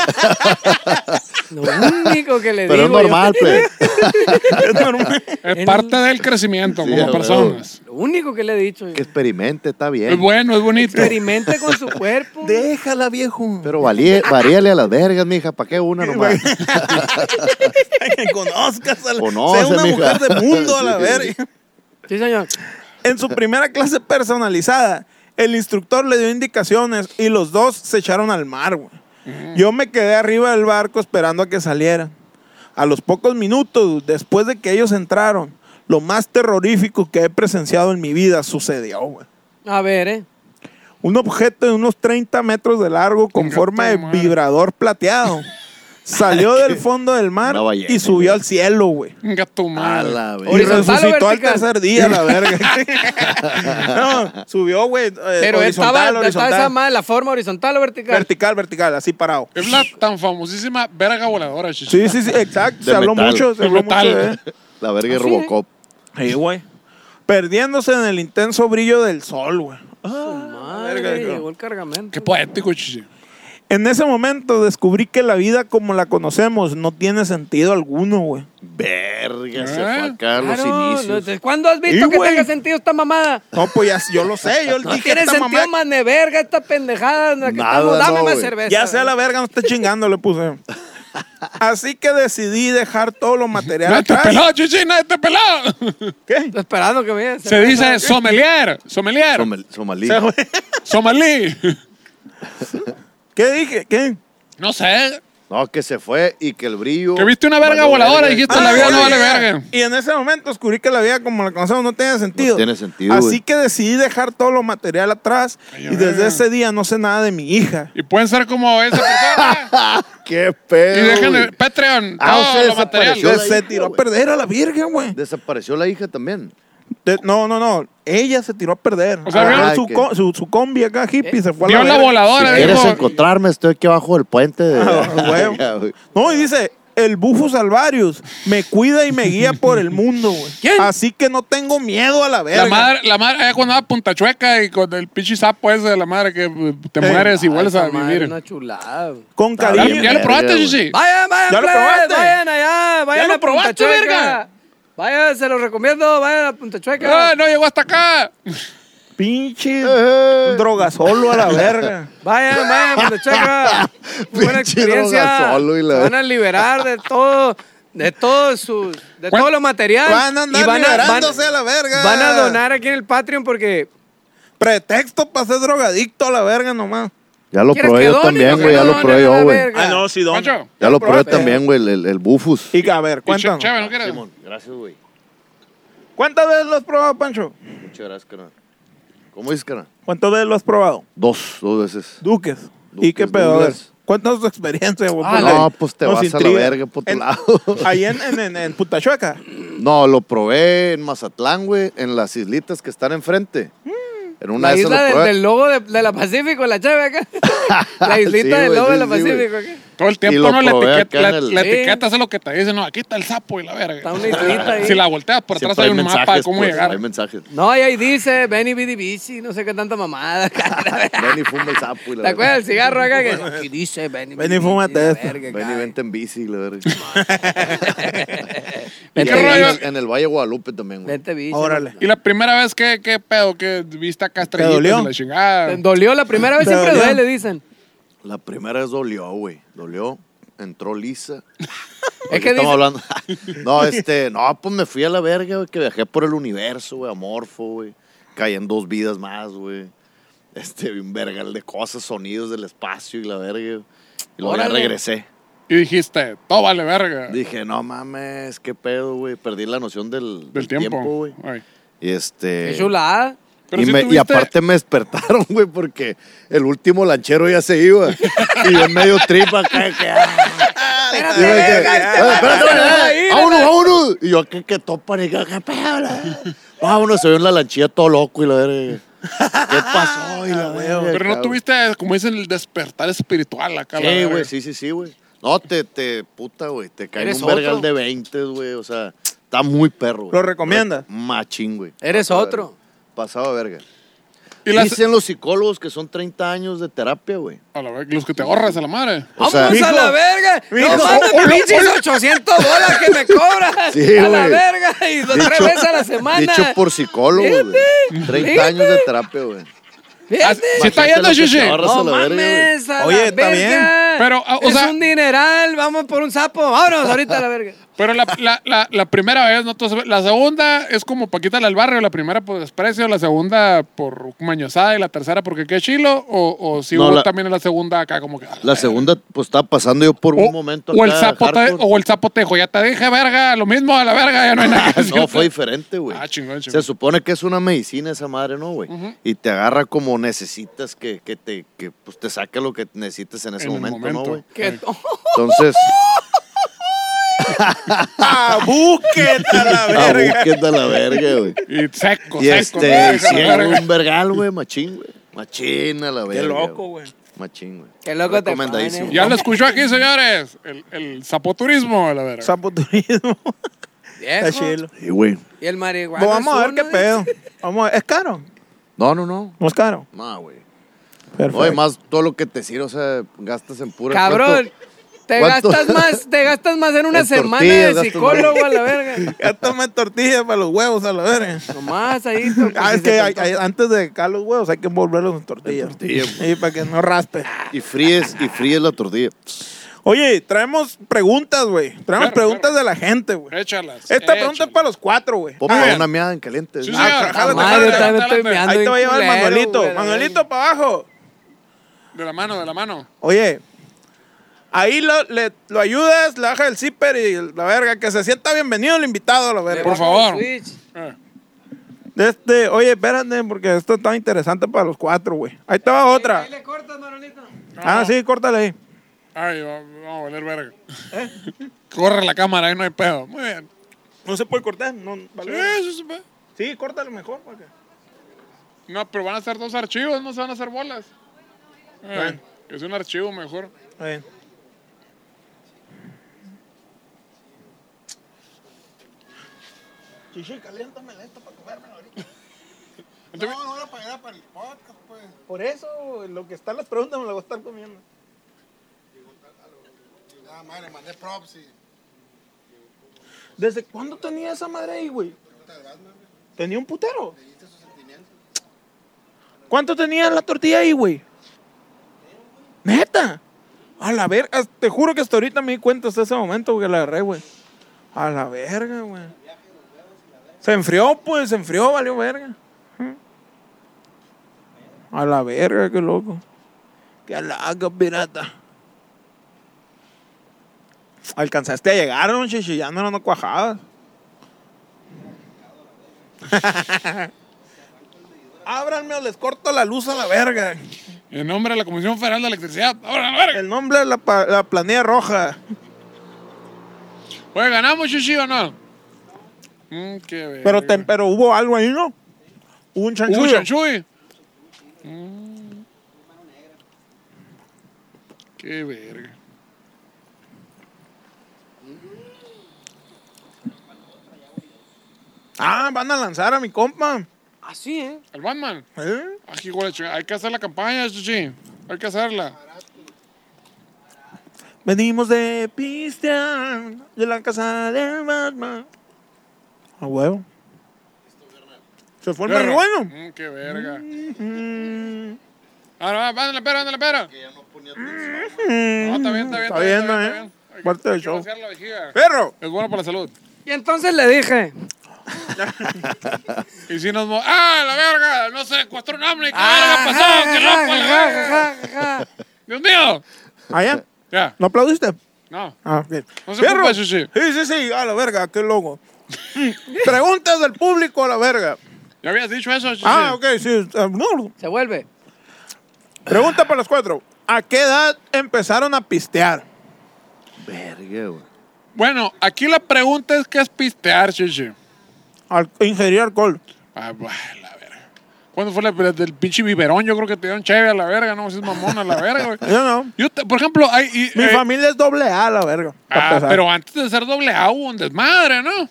Lo único que le
Pero es
digo. yo-
normal, pues. plebe.
Es normal.
Es parte del crecimiento
Sí,
como
güey.
personas.
Lo único que le he dicho. yo.
Que experimente, está
Es
bien.
bueno, es bonito.
Experimente con su cuerpo.
Déjala, viejo.
Pero varíe- varíale a las vergas, mija. ¿Para qué una nomás?
que conozcas a la,
Conoce,
sea una
mija.
mujer de mundo a la
Sí.
verga.
Sí, señor.
En su primera clase personalizada, el instructor le dio indicaciones y los dos se echaron al mar, güey.
Mm.
Yo me quedé arriba del barco esperando a que salieran. A los pocos minutos después de que ellos entraron, lo más terrorífico que he presenciado en mi vida sucedió, güey.
A ver, ¿eh?
Un objeto de unos 30 metros de largo con
Chinga
forma
tu
de
madre.
vibrador plateado salió del fondo del mar
Una ballena,
y subió al cielo, güey.
Venga tu
A
madre.
la
Y
verga.
Horizontal o
resucitó al
vertical.
tercer día, la verga. no, subió, güey. eh,
Pero
horizontal,
estaba,
horizontal.
estaba esa madre, la forma horizontal o vertical.
vertical, vertical, así parado.
Es la tan famosísima verga voladora,
Sí,
chichi.
sí, sí, exacto.
De
se habló
metal.
mucho, se
De
habló
metal.
mucho de él.
La verga
¿ah,
de
Así es.
Robocop.
Sí, güey. Perdiéndose en el intenso brillo del sol, güey.
Ah. Madre,
Verga, hijo.
llegó el cargamento.
Qué poético, chichi.
En ese momento descubrí que la vida como la conocemos no tiene sentido alguno, güey.
Verga, se
Ah,
fue acá a los
Claro, no,
inicios.
¿desde ¿Cuándo has visto
Sí,
que
güey.
tenga sentido esta mamada?
No, pues ya, yo lo sé, yo le
No
dije
tiene
esta
sentido
mamá.
más de verga esta pendejada. en la que
Nada,
estamos. Dame
no,
más
güey.
cerveza.
Ya sea la verga, no esté chingando, le puse. Así que decidí dejar todo lo material
Nadie te
atrás.
peló, chichi, nadie te peló.
¿Qué?
Estoy Esperando que me
Se dice sommelier, sommelier,
Somel- Somalí.
O sea, güey,
somalí.
¿Qué dije? ¿Qué?
No sé.
No, que se fue y que el brillo.
Que viste una verga
valió
voladora y
verga.
dijiste, la vida no
Ah, oye,
vale
ya.
verga.
Y en ese momento descubrí que la vida como la conocemos no tenía sentido.
No tiene sentido,
Así
güey.
que decidí dejar todo lo material atrás
Ay,
y desde
verga.
ese día no sé nada de mi hija.
Y pueden ser como esa persona.
¡Qué pedo!
y dejen el
güey.
Patreon,
Ah, o
todo
sea,
lo material.
desapareció. Yo la
se
hija,
tiró a
güey.
perder a la virgen, güey.
Desapareció la hija también.
De- No, no, no. Ella se tiró a perder.
O sea,
Agarró
vio-
su,
Ay,
co- su, su combi acá hippie se fue a la,
Vio Ah, la
verga.
voladora,
si quieres
dijo.
encontrarme, estoy aquí abajo del puente. De...
Ah, güey.
Ya, güey.
No, y dice, el Bufo Salvarius me cuida y me guía por el mundo, güey.
¿Quién?
Así que no tengo miedo a la verga.
La madre, la madre, allá cuando va a Punta Chueca y con el pinche sapo ese de la madre que eh, te
Ey,
mueres
Ah,
y vuelves a
Esa madre,
vivir.
Una chulada. güey.
Con
Está
¿Ya,
cariño. Eh,
ya
bien,
lo probaste,
Verga,
Chichi? Ah,
Vayan, vayan,
¿Ya lo
plebes,
probaste?
vayan allá, vayan
lo
a Punta
probaste,
Chueca.
verga?
Vayan, se los recomiendo, vayan a Punta Chueca.
¡Ah, no llegó hasta acá!
Pinche
Eh, eh.
drogasolo a la verga.
Vayan, vayan a Punta Chueca. Fue Buena
Pinche
experiencia.
drogazolo y la-
Se van a liberar de todo, de todo su, de todo lo material.
Van a andar
y van a, van-
liberándose a la verga.
van a donar aquí en el Patreon porque
pretexto para ser drogadicto a la verga nomás.
Ya lo probé yo también, güey. Ya lo probé yo, güey.
Ah, no, sí, don.
Pancho.
Ya lo probé
probaste?
también, güey, el, el, el bufus.
Y que, a ver,
Y Che-
cuéntanos.
Cheve, ¿no quieres?
Gracias, güey.
¿Cuántas veces lo has probado, Pancho?
Muchas gracias, carnal. ¿Cómo dices, carnal?
¿Cuántas veces lo has probado?
Dos, dos veces.
Duques. ¿Y
Duques,
qué pedo? A ver,
Douglas.
cuéntanos tu experiencia, güey.
Ah,
porque
no, pues te
nos
vas a la verga por tu
En-
lado.
Ahí en, en, en, en Putachueca.
No, lo probé en Mazatlán, güey, en las islitas que están enfrente. En una
La
de esas
isla
lo
del-
probé.
del logo de, de la Pacífico, la chave acá. La islita
Sí,
del
güey,
logo
sí,
de la
sí, güey.
Pacífico. acá.
Todo el tiempo
lo
no la
probé
etiqueta,
acá
la,
en el-
la
Sí.
etiqueta hace lo que te dice, no, aquí está el sapo y la verga.
Está una islita ahí.
Si la volteas por atrás
Siempre
hay un mapa de cómo
pues,
llegar.
Hay mensajes.
No, y ahí dice, ven y vidi bici, no sé qué tanta mamada. cara.
Ven y fuma el sapo y la
¿Te acuerdas
verga.
del cigarro acá? Que aquí dice, ven y
Ven y
vidi bici,
fúmate
la
esto.
verga,
Ven y
cara.
vente en bici y la verga. Y
Vente
en,
rollo?
bici,
el- en el Valle de Guadalupe también, güey.
Vente bici.
Órale.
Y la primera vez, ¿qué, qué pedo? ¿Qué viste acá estrellitas
dolió?
y la chingada?
Te Dolió la primera vez,
Te
siempre
dolió.
duele, dicen.
La primera vez dolió, güey. Dolió. Entró lisa.
Es
Es
que
que
dice-
estamos hablando. no, este, no, pues me fui a la verga, güey, que viajé por el universo, güey, amorfo, güey. Caí en dos vidas más, güey. Este, vi un vergal de cosas, sonidos del espacio y la verga. güey. Y luego ya
Órale.
regresé.
Y dijiste, todo vale verga.
Dije, no mames, qué pedo, güey. Perdí la noción del,
Del tiempo.
güey.
Ay.
Y este.
Qué chulada.
Pero
y,
sí
me- y
tuviste-
aparte me despertaron, güey, porque el último lanchero ya se iba. y yo en medio tripa acá, que. ah.
Espérate,
Y yo de que,
verga, este
"Ah,
vato
espérate,
se va a
espérate,
ir,
vámonos, vámonos. Y yo acá que topa, y qué pedo. la- Vámonos, se vio en la lanchilla todo loco y la verga. ¿Qué pasó? Y la
Pero
verga,
no
cabrón.
tuviste, como dicen, el despertar espiritual acá. la
Sí,
verga.
güey, sí, sí, sí, güey. No, te, te, puta, güey, te cae
Eres
un vergal
otro.
de 20, güey, o sea, está muy perro, güey.
¿Lo recomiendas?
Machín, güey.
Eres
Pasado de
otro.
verga. Pasado de verga.
Y las-
Dicen los psicólogos que son 30 años de terapia, güey.
a la verga, los que te ahorras a la madre.
O sea,
Vamos a la
mijo,
verga.
mijo,
no mames,
hola,
pinches 800 dólares que me cobras.
Sí,
a la
güey.
verga. Y dos, tres
Dicho-
veces a la semana.
Dicho por psicólogos, güey. 30 años de terapia, güey.
Ah,
Fíjate.
sí está
Imagínate
yendo,
lo que
Shishi.
te ahorras a
No
la verga, güey.
mames, a
Oye,
la
está
verga.
bien.
Pero, ah, o
es
sea-
un dineral, vamos por un sapo, vámonos ahorita a la verga.
Pero la, la, la, la primera vez, ¿no? Entonces, la segunda es como Paquita al barrio, la primera por desprecio, la segunda por mañosada y la tercera porque qué chilo, o, o si
No,
hubo
la-
también en la segunda acá como que...
La segunda, pues estaba pasando yo por
o,
un momento
o el
acá
sapo te-
hardcore.
o el zapotejo, ya te dije, verga, lo mismo a la verga, ya no hay nada. que
No,
hacer.
fue diferente, güey.
Ah, chingón, chingón.
Se supone que es una medicina esa madre, ¿no, güey? Y te agarra como necesitas que, que te, que, pues, te saque lo que necesites en ese
En el
momento, ¿no,
momento.
güey?
Que-
Entonces,
¡Abúquete Ah, a la
a
verga!
búsqueda la verga, güey.
Y seco, seco.
Y este,
¿no? Déjala,
hicieron
verga.
un vergal, güey, machín, güey. Machín a la verga.
¡Qué loco, güey!
Machín, güey.
Qué loco te
Recomendadísimo.
pones.
Ya lo escuchó aquí, señores, el, el zapoturismo a la verga.
Sapoturismo. Está
viejo,
chilo.
Sí, güey.
Y el marihuana.
Pues vamos a ver
es
qué
uno,
pedo. Vamos a ver. ¿Es caro?
No, no, no.
No es caro.
No, güey.
Perfecto.
Oye, más todo lo que te sirve, o sea, gastas en pura.
Cabrón, te
¿Cuánto?
gastas más, te gastas más en una
En
semana
tortillas
de
gastas
psicólogo
más.
a la verga.
Ya tomé tortillas para los huevos a la verga.
Nomás ahí. porque
Ah, es
si se
que
te
hay- hay- antes de dejar los huevos hay que envolverlos en tortillas.
En tortillas,
Sí, para que no raspe.
Y fríes, y fríes la tortilla.
Oye, traemos preguntas, güey. Traemos
Claro,
preguntas
claro.
de la gente, güey.
Échalas.
Esta pregunta es
échalas.
para los cuatro, güey.
Pon
Ah, bien.
una meada en caliente.
Sí,
¿no?
señor.
Ah, jálate,
Madre,
jálate,
también estoy
jálate.
meando
Ahí te
bien
va a llevar el
culero,
Manuelito.
güey, a la
Manuelito, para abajo.
De la mano, de la mano.
Oye, ahí lo, le- lo ayudas, le bajas el zipper y la verga, que se sienta bienvenido el invitado, la
verga.
verga.
Por favor.
Switch.
Eh.
Este, oye, espérate, porque esto está interesante para los cuatro, güey. Ahí te va otra.
Ahí le cortas, Manuelito.
Ah, sí, córtale ahí.
Ay, va- vamos a valer verga. Corre la cámara, ahí no hay pedo. Muy bien.
No se puede cortar, no,
Sí,
vale.
sí se puede.
Sí, córtalo mejor. porque-
No, pero van a ser dos archivos, no se van a hacer bolas. Eh,
Bueno.
es un archivo mejor.
Está bien. Chichi, caliéntamela esta para comérmela ahorita.
Entonces,
no la pagará para el podcast, pues. Por eso, lo que están las preguntas me la voy a estar comiendo.
Ah, madre, mandé props y
¿Desde cuándo tenía esa madre ahí, güey? Tenía un putero. ¿Cuánto tenía la tortilla ahí, güey? Neta. A la verga, te juro que hasta ahorita me di cuenta hasta ese momento que la agarré, güey. A la verga, güey. Se enfrió, pues, se enfrió, valió verga. A la verga, qué loco. Qué loco, pirata. Alcanzaste a llegar, don Chichi, ya no no cuajabas. Ábranme o les corto la luz a la verga.
En nombre de la Comisión Federal de Electricidad. ¡Ahora, la verga!
El nombre de la, pa- la planilla roja.
Oye, ¿ganamos, Chuchi, o no? Mm, qué verga.
Pero, te- pero hubo algo ahí, ¿no? Eh. Hubo un chanchullo.
Uy, chanchuy. Mm. Qué verga.
Ah, van a lanzar a mi compa.
Así, ¿eh?
El Batman. Ah,
¿Eh?
Aquí, güey, chingada. hay que hacer la campaña, Chuchi. Hay que hacerla.
Venimos de Pistian, de la casa de Batman. A huevo. Se fue el
Verga.
marihuano.
Mm, qué verga.
Mm,
Ahora, va, ándale, pera, ándale, pera. No, está bien, está bien.
Está bien,
está
¿no, eh? Parte del
Hay que
show.
vaciar la vejiga.
Perro.
Es bueno para la salud.
Y entonces le dije,
Y si nos... mo- ¡Ah, la verga! No se secuestró un hombre. ¿Qué verga
"Ah,
pasó?
ja,
¡Qué
ja,
loco! la
ja,
ah,
verga!
ja, ja, ja".
¡Dios mío!
Allá.
Ya,
¿No aplaudiste?
no.
Ah, ok.
No se preocupe, Sushi.
Sí, sí, sí. A la verga, qué loco. Mm, Preguntas del público a la verga.
Ya habías dicho eso, Chuchi.
Ah, ok, sí. ah, no.
Se vuelve.
Pregunta para los cuatro. ¿A qué edad empezaron a pistear?
Verga, güey.
Bueno, aquí la pregunta es qué es pistear, Chuchi.
Al ingerir alcohol.
Ah, bah, la verga. ¿Cuándo fue la, la del pinche biberón? Yo creo que te dieron chévere a la verga, no, si es mamona a la verga, güey.
Yo no.
Yo, te- por ejemplo, hay... y-
Mi
eh,
familia es doble A, la verga. para
Ah,
empezar.
pero antes de ser doble A hubo un desmadre, ¿no?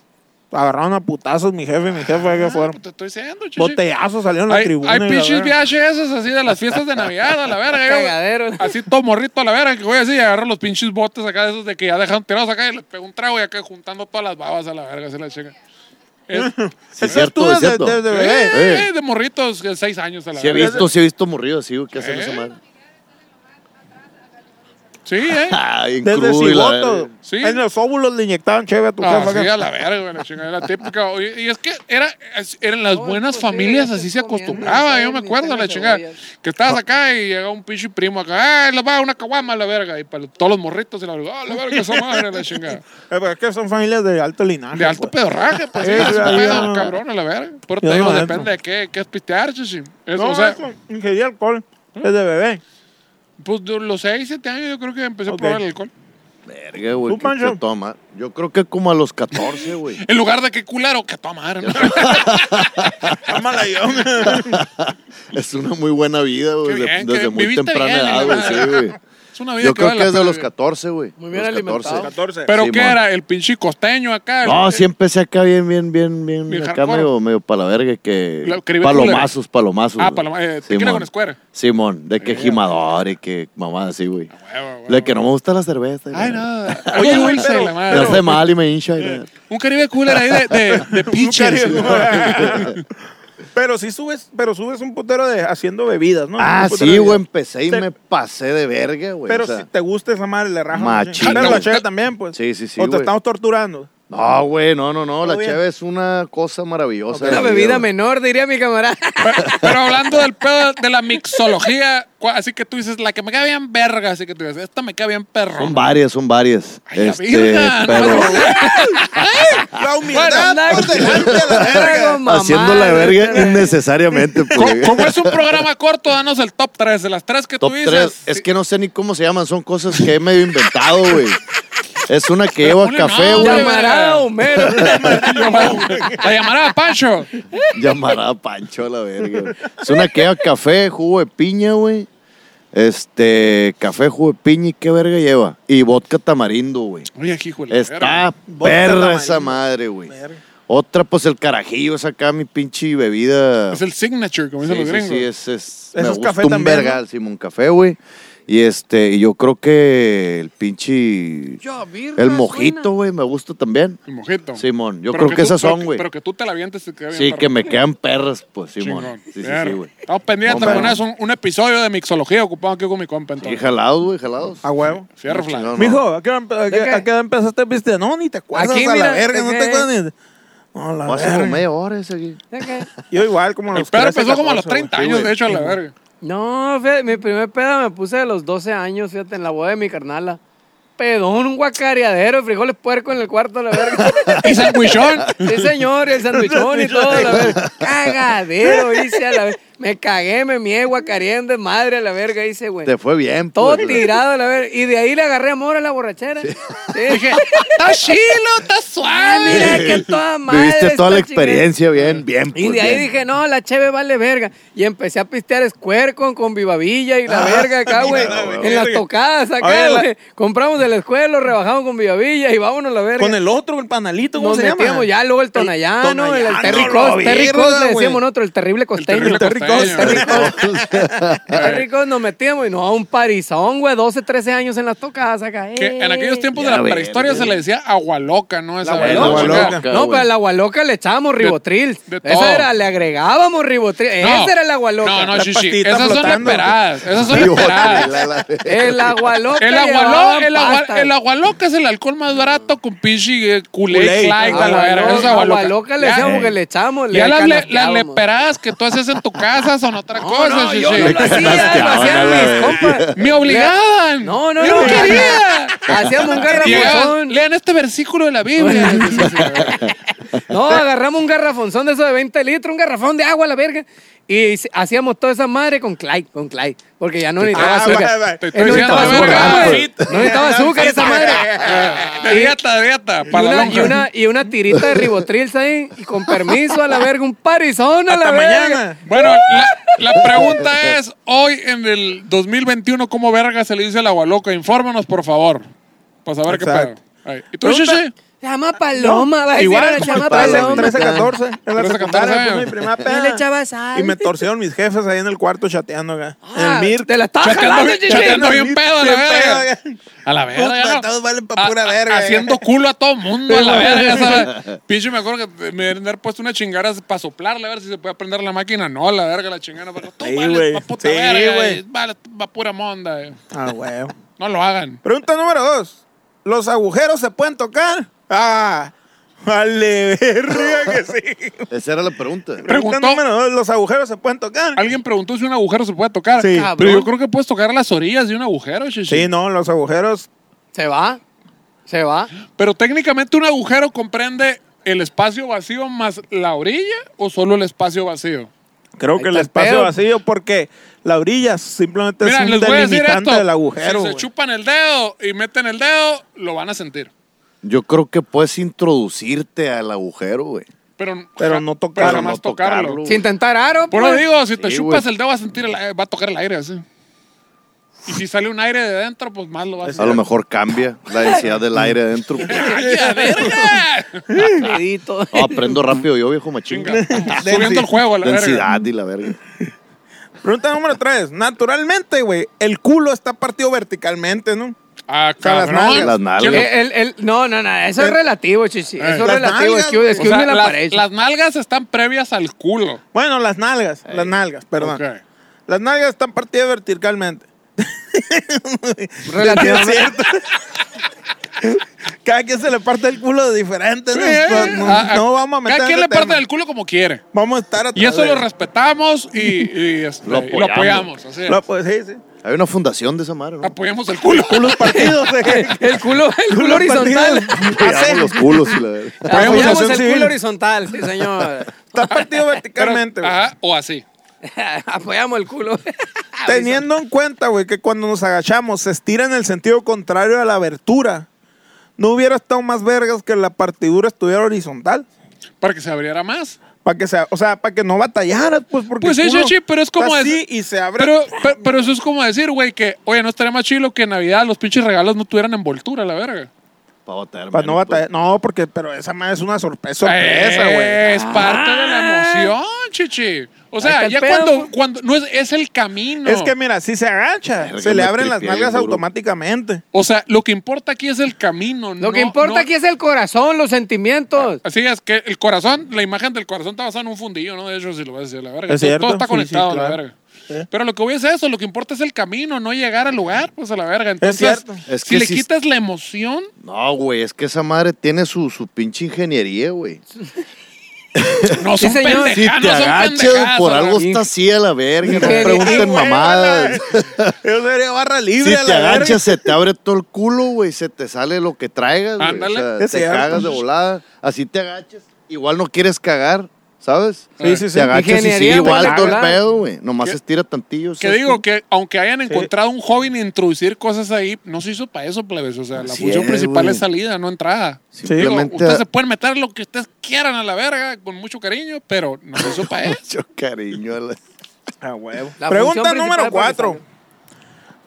Agarraron a putazos mi jefe y mi jefa que fueron.
Pues te estoy diciendo, chichi.
Botellazos salieron a la
Hay,
tribuna.
hay
y la
pinches
verga.
VHS así de las fiestas de Navidad, a la verga. yo,
Cagadero.
Así todo morrito a la verga, que voy así y agarro los pinches botes acá de esos de que ya dejaron tirados acá y les pego un trago y acá juntando todas las babas a la verga, así la chica. Es-
Ese es
Cierto,
tú
es
desde,
cierto.
desde bebé.
Eh, de morritos de seis años a la
Si he
verga.
visto, si he visto morrido así, güey, ¿qué hacen esa
¿Eh?
madre?
Sí, eh.
Ay, en
Desde
crudo y la
Ciboto.
verga.
Sí.
En los óvulos le inyectaban chévere a tu
Ah,
jefa.
sí,
acá.
a la verga, güey, la chingada, era típica. Oye, Y es que era, es- eran las
No,
buenas
pues sí,
familias,
ya
así se
estás comiendo,
acostumbraba.
¿sabes?
Yo me
Ni
acuerdo,
están
la
las
chingada.
cebollas.
Que estabas acá y llegaba un pinche primo acá. ¡Ay, les va una caguama a la verga! Y para todos los morritos y la verga. ¡Ah, la verga, esa madre, la chingada!
Eh, pero Es que son familias de alto linaje.
De alto
pues.
pedorraje, pues. sí,
Eh,
es un
ya, ya.
pedo, cabrón, a la verga. Pero
Ya
te
no,
digo, depende
eso.
de qué, qué es pistear, chichi. Eso,
No,
o sea,
eso, ingerir alcohol. Desde bebé.
pues de los 6, 7 años yo creo que empecé
Ok.
a probar el alcohol.
Verga, güey,
¿Tú,
¿qué- ¿qué
Pancho?
toma? Yo creo que como a los 14, güey.
En lugar de que culero, que toma madre, ¿no?
Ámala yo.
Es una muy buena vida,
Qué
güey. de-
bien, que
desde muy
viviste
temprana
bien,
edad,
la
güey. Sí,
verdad.
güey.
Es una vida
Yo creo
vale
que
la
es de
pena
los
vivir.
14, güey.
Muy bien
los
alimentado.
14.
¿Pero
Sí,
qué
mon.
era? ¿El pinche costeño acá? el-
No, sí empecé acá bien, bien, bien, bien.
Bien
acá
hardcore.
medio, medio para la verga que.
La- que
palomazos, palomazos.
Ah,
güey.
paloma, eh,
Simón.
tequila con Square.
Simón, de que gimador y que mamada así, güey.
Huevo, huevo.
De que no me gusta la cerveza. y la-
Ah, Ay, Eh, nada.
Oye,
Oye,
güey,
dulce,
pero-
la
Me
madre.
hace mal y me hincha. y la-
Un Caribe cooler ahí de, de, de pitchers,
Caribe
güey.
Pero sí subes, pero subes un putero de haciendo bebidas, ¿no?
Ah,
Un putero
sí,
de
güey.
bebidas.
Empecé y
Te-
me pasé de verga, güey.
Pero
pues, o sea,
si te gusta esa madre, le rajas.
Machín.
Pero la
Te-
cheve también, pues.
Sí, sí, sí,
O te
güey.
estamos torturando.
No, güey, no, no, no. La
bien.
cheve es una cosa maravillosa. de
Una
la
bebida
vida, güey.
menor, diría mi camarada.
Pero, pero hablando del pedo de la mixología, cua- así que tú dices, la que me queda bien verga, así que tú dices, esta me queda bien perro.
Son varias, son varias.
Ay, la
Este,
virga.
pero
La humildad
Anda,
por delante de la
traigo
verga.
mamá,
haciendo la verga
güey.
innecesariamente. pues,
Co-
güey.
Como es un programa corto, danos el top 3 de las tres que
Top
tú dices.
3. Es que no sé ni cómo se llaman. Son cosas que he medio inventado, güey. Es una que lleva
ponle
café,
nombre,
güey.
güey.
Llamará a Homero.
La llamará a Pancho.
Llamará a Pancho a la verga. güey. Es una que lleva café, jugo de piña, güey. Este, café, jugo de piña y qué verga lleva. Y vodka tamarindo, güey.
Oye, hijo de la verga.
Está
Vodka
perra
tamarindo.
esa madre, güey.
Verga.
Otra, pues el carajillo, es acá mi pinche bebida.
Es el signature, como
Sí,
dicen los gringos.
sí, sí, es, es,
Eso
me
es
gusta
café
un
también,
vergal,
¿no?
Simón, café, güey. Y este, y yo creo que el pinche,
Ya, virga,
el
suena.
mojito, güey, me gusta también.
El mojito.
Simón, yo
Pero
creo que,
tú-
esas
pero
son,
que-
güey.
Pero que tú te la avientes. te queda bien
Sí,
perro.
que me quedan perras, pues, Simón.
Chingón.
Sí, sí, sí,
Verga.
güey.
Estamos pendientes
Hombre.
con eso. Un, un episodio de mixología ocupado aquí con mi compa.
Sí,
Entonces.
jalados, güey, jalados.
A huevo.
Fierro flan.
Chingón, ¿no?
Mijo, ¿a qué, hora empe- a qué-
¿De qué?
a qué hora empezaste a pistear? No, ni te acuerdas
Aquí,
a la
mira,
verga, no
¿de
te
qué?
acuerdas ni... No, a la
No, hace
verga.
como media hora ese aquí.
Ok.
Yo igual, como a
El
los
perro
13,
empezó como a los
14,
30
güey.
años,
Sí,
de hecho, a la
güey.
verga.
No, fíjate, mi primer peda me puse de los 12 años, fíjate, en la boda de mi carnala. Pedón, un guacareadero de frijoles puerco en el cuarto, la verga.
Y sandwichón.
Sí, señor, y el sandwichón y todo, la verga. Cagadero, hice a la verga. Me cagué, me mié, guacareé en desmadre a la verga, hice, güey.
Te fue bien,
Todo
pues.
tirado a la verga. Y de ahí le agarré amor a la borrachera. Sí.
Dije, está chilo, está
Ah, mira,
suave.
que toda madre.
Viviste toda
está
la
chingada.
experiencia bien, bien.
Y
pues,
de ahí
bien.
dije, no, la cheve vale verga. Y empecé a pistear Square con, con Vivavilla y la verga acá, güey.
la verga.
en las tocadas
A
acá,
ver, la-
güey. Compramos el Square, lo rebajamos con Vivavilla y vámonos a la verga.
Con el otro, el panalito, ¿cómo
Nos
se llama?
metíamos ya luego el Tonayano, el,
Tonayano,
Terry
la
Cos, Terry
verga,
Cos le
güey.
decíamos nosotros, el terrible costeño.
terrible
Terry Cos,
costeño.
Terry
pues,
Cos. Terry Cos nos metíamos y no, un parizón, güey, 12, 13 años en las tocadas acá. eh.
Que en aquellos tiempos de
Ya
la
ves,
prehistoria
güey.
se le decía agua loca, ¿no? Esa
agua
vez,
loca.
¿no?
Agua loca.
No,
güey.
pero al agua loca le echábamos ribotril.
de todo.
Esa era, le agregábamos ribotril.
No.
Esa era el agua loca.
No, no,
La
chichi.
pastita
Esas son
flotando.
esperadas. Esas son
Y boté
Ah,
esperadas.
la- la-
El agua loca.
El agua,
llevaba
lo- el, agua,
pasta.
el agua loca es el alcohol más barato con pinche eh, culé,
Culé.
Clyde, a la
Agua
verga.
loca,
Eso es agua
agua
loca.
loca le
Ya,
decíamos
eh.
que le echamos. le
Ya las, le- las
canasteábamos.
leperadas que tú haces en tu casa son otra cosa,
No,
chichi.
yo no lo hacía, lo
Canasteaban a
hacían
la
mis
verga.
compas.
Me obligaban.
No, no,
Yo no
no.
quería.
Hacíamos un
Llegaban,
garrafonzón.
Lean este versículo de la Biblia. Sí, sí, sí.
No, agarramos un garrafonzón de esos de 20 litros, un garrafón de agua, la verga. Y se- hacíamos toda esa madre con Clyde, con Clyde. Porque ya no necesitaba
Ah, va,
azúcar.
va.
Te estoy
Él No
diciendo,
necesitaba
verga.
azúcar, güey.
Fit.
No necesitaba azúcar esa madre.
De dieta, de dieta.
Y
Para la
una, y,
lonja.
una, y una tirita de ribotril, ¿sabes? Y con permiso, a la verga, un parizón, a la
Hasta
verga.
mañana.
Bueno, la, la pregunta es, hoy en el 2021, ¿cómo verga se le dice el agua loca? Infórmanos, por favor, para saber
Exacto.
qué pedo. Ahí. ¿Y tú,
Pregunta-
Shishi?
Se llama Paloma, va a decir,
igual,
ahora se
como
llama
Estaba en
Paloma.
13, 14, en la
13,
secundaria
14.
puse mi primera peda.
No le echabas sal.
Y me torcieron mis jefes ahí en el cuarto chateando acá. en
Ah,
el MIR.
Te la estaba
Chateando
jalando,
bien-
chichi.
chateando bien pedo, a la
Bien
verga.
pedo,
A la verga,
Puta,
¿no?
todos valen pa' pura
A- a-
verga,
Haciendo culo a todo mundo, a la verga, ¿sabes? Pinche, me acuerdo que me deben haber puesto una chingada para soplarle, a ver si se puede prender la máquina. No, la verga, la chingada. Pero tú
Sí,
vales
güey.
pa' puta
Sí,
verga,
güey.
y vales pa' pura monda. eh.
Ah, huevo.
No lo hagan.
Pregunta número dos. ¿Los agujeros se pueden tocar? Ah, vale, verga que sí.
Esa era la pregunta.
Pregunta
Preguntó-
número dos. ¿Los agujeros se pueden tocar?
Alguien preguntó si un agujero se puede tocar.
Sí.
Pero yo
Cabrón.
creo que puedes tocar las orillas de un agujero, Shishi.
Sí, no, los agujeros.
Se va, se va.
Pero técnicamente un agujero comprende el espacio vacío más la orilla o solo el espacio vacío.
Creo
Ahí
que el
está el
espacio
pedo.
vacío porque la orilla simplemente
Mira,
es
les
un
voy a decir
delimitante
esto.
del agujero.
si se
güey.
chupan el dedo y meten el dedo, lo van a sentir.
Yo creo que puedes introducirte al agujero, güey.
Pero,
Pero
ja-
no tocarlo,
pero jamás
no tocarlo.
tocarlo.
Sin intentar aro,
Por lo
pues.
digo, si te
Sí,
chupas
güey.
el dedo va a sentir el, eh, va a tocar el aire así. Y si sale un aire de dentro, pues más lo vas a
A lo
sentir.
mejor cambia la densidad del aire adentro.
¡Ay, a verga!
Pedito.
No, aprendo rápido yo, viejo machinga.
Chinga, estás Subiendo el juego a la verga.
Densidad y la verga.
Pregunta número tres. Naturalmente, güey, el culo está partido verticalmente, ¿no?
Ah,
O sea, las
cabrón.
nalgas.
Las nalgas.
¿Quién-
Eh, El- el- el- no, no, no, eso es
Eh.
relativo, chichi.
Eh.
Eso es
Las
relativo.
nalgas,
Excuse,
o
O
excuse
sea,
me la
las-
pared.
las nalgas están previas al culo.
Bueno, las nalgas, las nalgas, perdón.
Ok.
Las nalgas están partidas verticalmente.
Relativo.
No es cierto. Cada quien se le parte el culo de diferente, ¿no? No, no-
Ah, ah,
no vamos a meter
Cada quien
ese
le parte
tema.
del culo como quiere.
Vamos a estar
Y eso
atrás
lo
de-
respetamos y, y, este, y lo
Lo
apoyamos.
apoyamos.
así es.
Lo- pues, sí, sí.
Hay una fundación de esa madre, ¿no?
Apoyamos el culo.
Culos partidos. eh.
El culo, el culo
Culos
horizontal.
partidos.
Apoyamos los culos y la verga.
Ah,
Apoyamos
Asociación
el
Civil.
culo horizontal, sí, señor.
Está partido
Pero-
verticalmente, güey.
ajá, o así.
Apoyamos el culo.
Ah,
Teniendo en cuenta, güey, que cuando nos agachamos se estira en el sentido contrario a la abertura. No hubiera estado más vergas que la partidura estuviera horizontal.
Para que se abriera más.
Para que sea, o sea, para que no batallaras, pues, porque.
Pues sí,
el
sí,
culo
sí, pero es
está
como
Así
es-
y se abre.
Pero, pero, pero eso es como decir, güey, que, oye, no estaría más chilo que en Navidad los pinches regalos no tuvieran envoltura, la verga.
Para botar.
Para no
menos, pues.
batallar. No, porque, pero esa madre es una sorpresa, sorpresa, güey.
Es parte de la emoción, chichi. O sea,
Ah. Ahí está
ya
el pedo,
cuando,
pues.
cuando. No es, es el camino.
Es que mira, si se agacha,
Verga,
se le
me
abren las
tripié,
nalgas
duro.
automáticamente.
O sea, lo que importa aquí es el camino.
Lo que importa aquí es el corazón, los sentimientos.
Así es que el corazón, la imagen del corazón está basada en un fundillo, ¿no? De hecho, si lo vas a decir, la verga.
Es
Todo-
cierto,
Todo está
sí, sí,
conectado, a la
claro.
verga. Pero lo que voy a decir es eso, lo que importa es el camino, no llegar al lugar, pues a la verga. Entonces,
cierto.
Es
si
que
le
si-
quitas la emoción,
No, güey, es que esa madre tiene su, su pinche ingeniería, güey.
No son
Sí, señor.
pendejadas,
Si te
no son
agachas,
pendejadas,
por
a la
algo
verga.
está así a la verga. No
Ingeniería,
pregunten
güey,
mamadas.
Yo sería barra
Si
libre a
te
la verga.
agachas, se te abre todo el culo, güey. Se te sale lo que traigas, güey.
Ándale.
O sea,
Es
te
cierto.
cagas de volada. Así te agachas. Igual no quieres cagar, ¿sabes?
Sí, sí, sí.
Te agachas y sí,
Ingeniería,
igual todo el
¿verdad?
pedo, güey. Nomás
¿Qué-
estira tantillo.
Que
¿sabes?
digo que aunque hayan encontrado un joven introducir cosas ahí, no se hizo para eso, plebes. O sea, la
Así
función
es,
principal
güey.
es salida, no entrada. Digo,
Simplemente.
ustedes se pueden meter lo que ustedes quieran a la verga con mucho cariño, pero no se hizo para eso.
Mucho cariño. a la-
A huevo.
La
Pregunta
función
número
principal para el
4.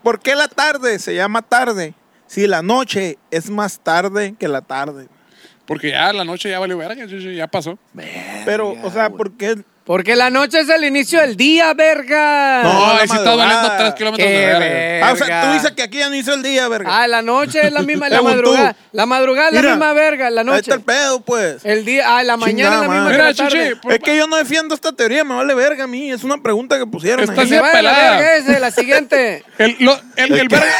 ¿Por qué la tarde se llama tarde si la noche es más tarde que la tarde?
Porque ya la noche ya valió verga, yo- yo- ya pasó.
Pero, o sea,
güey.
¿por qué?
Porque la noche es el inicio del día, verga.
No,
No,
la
ahí sí estás
madrugada.
valiendo 3 kilómetros de
Qué
verga.
ver-
Ah, o sea, tú
Verga.
dices que aquí ya no hizo el día, verga.
Ah, la noche es la misma, la
Según tú.
madrugada. La madrugada es la
Mira,
misma verga, la
Ahí
noche.
está el pedo, pues.
El día, ah, la mañana
Chingada
es la misma
madre.
que la
Mira,
tarde.
Chuchi, por-
es que yo no defiendo esta teoría, me vale verga a mí. Es una pregunta que pusieron.
Está
ahí.
Que se vaya la
pelada.
verga ese, la siguiente.
el, lo- el, el verga.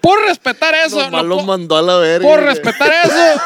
Por respetar eso,
Nomás
lo
lo
po-
mandó a la verga.
por
güey.
respetar eso.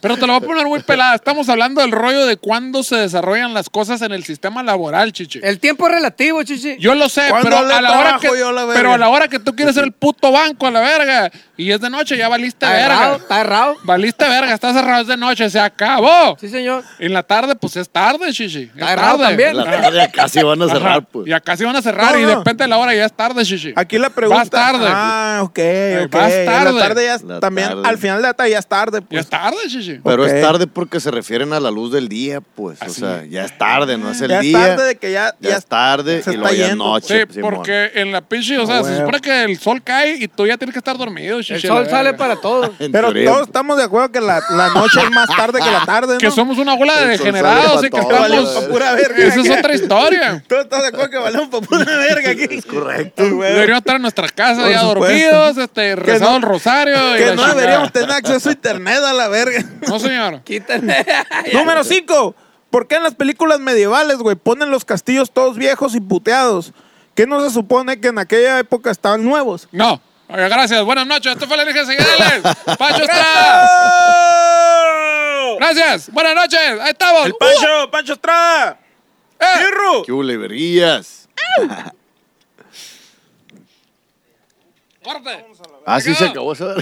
Pero te lo voy a poner muy pelada. Estamos hablando del rollo de cuándo se desarrollan las cosas en el sistema laboral, chiche.
El tiempo es relativo, chichi.
Yo lo sé,
Eh, ¿Cuándo
pero
le
a, la hora
trabajo
que,
yo a la verga?
pero a la hora que tú quieres ser el puto banco a la verga y es de noche, ya valiste
está errado,
verga.
está errado.
Valiste verga, está cerrado es de noche, se acabó.
Sí, señor.
En la tarde, pues es tarde, chichi. Es
Está errado
tarde.
también.
La tarde casi van a
Ajá.
cerrar, pues.
Y acá se van a cerrar
No,
y
no.
de repente la hora ya es tarde, chichi.
Aquí la pregunta.
Vas tarde.
Ah, ok,
Eh,
ok.
vas tarde.
La tarde ya es-
La
también,
tarde.
al final de la tarde ya es tarde,
Ya
pues.
es tarde, chichi.
Pero
Ok.
es tarde porque se refieren a la luz del día, pues.
Así
o sea, ya es tarde, no es el día.
es tarde de que ya,
ya, es tarde
se
y luego
está
ya es
yendo,
Sí,
noche. Simón.
porque en la pinche, o sea,
Ah,
se
huevo.
supone que el sol cae y tú ya tienes que estar dormido, chichi.
El
la
sol
verga.
sale para todos.
En
Pero
teoría,
todos estamos de acuerdo que la, la noche es más tarde que la tarde, ¿no?
Que somos una bola de
El sol sale
degenerados
pa'
y que
todo,
estamos.
la verga.
Pura verga.
Esa es otra historia.
Todos estás de acuerdo que valemos por pura verga aquí. Es correcto.
Deberíamos estar en nuestra casa
Por
ya
supuesto.
dormidos, este, rezado
no-
el rosario. y
Que
la
no
chingada.
deberíamos tener acceso a internet a la verga.
No, señor.
Quítenle.
Número 5. ¿Por qué en las películas medievales, güey, ponen los castillos todos viejos y puteados? ¿Qué no se supone que en aquella época estaban nuevos?
No. Oiga, gracias. Buenas noches. Esto fue la Virgen Seguidales. Pacho Estrada.
¡Oh!
Gracias. Buenas noches. Ahí estamos.
¡Ah! ¡El Pancho! ¡Pancho Estrada!
¡Eh!
¡Pirru!
¡Qué buleverías!
¡Corte!
Ah, Así se acabó esa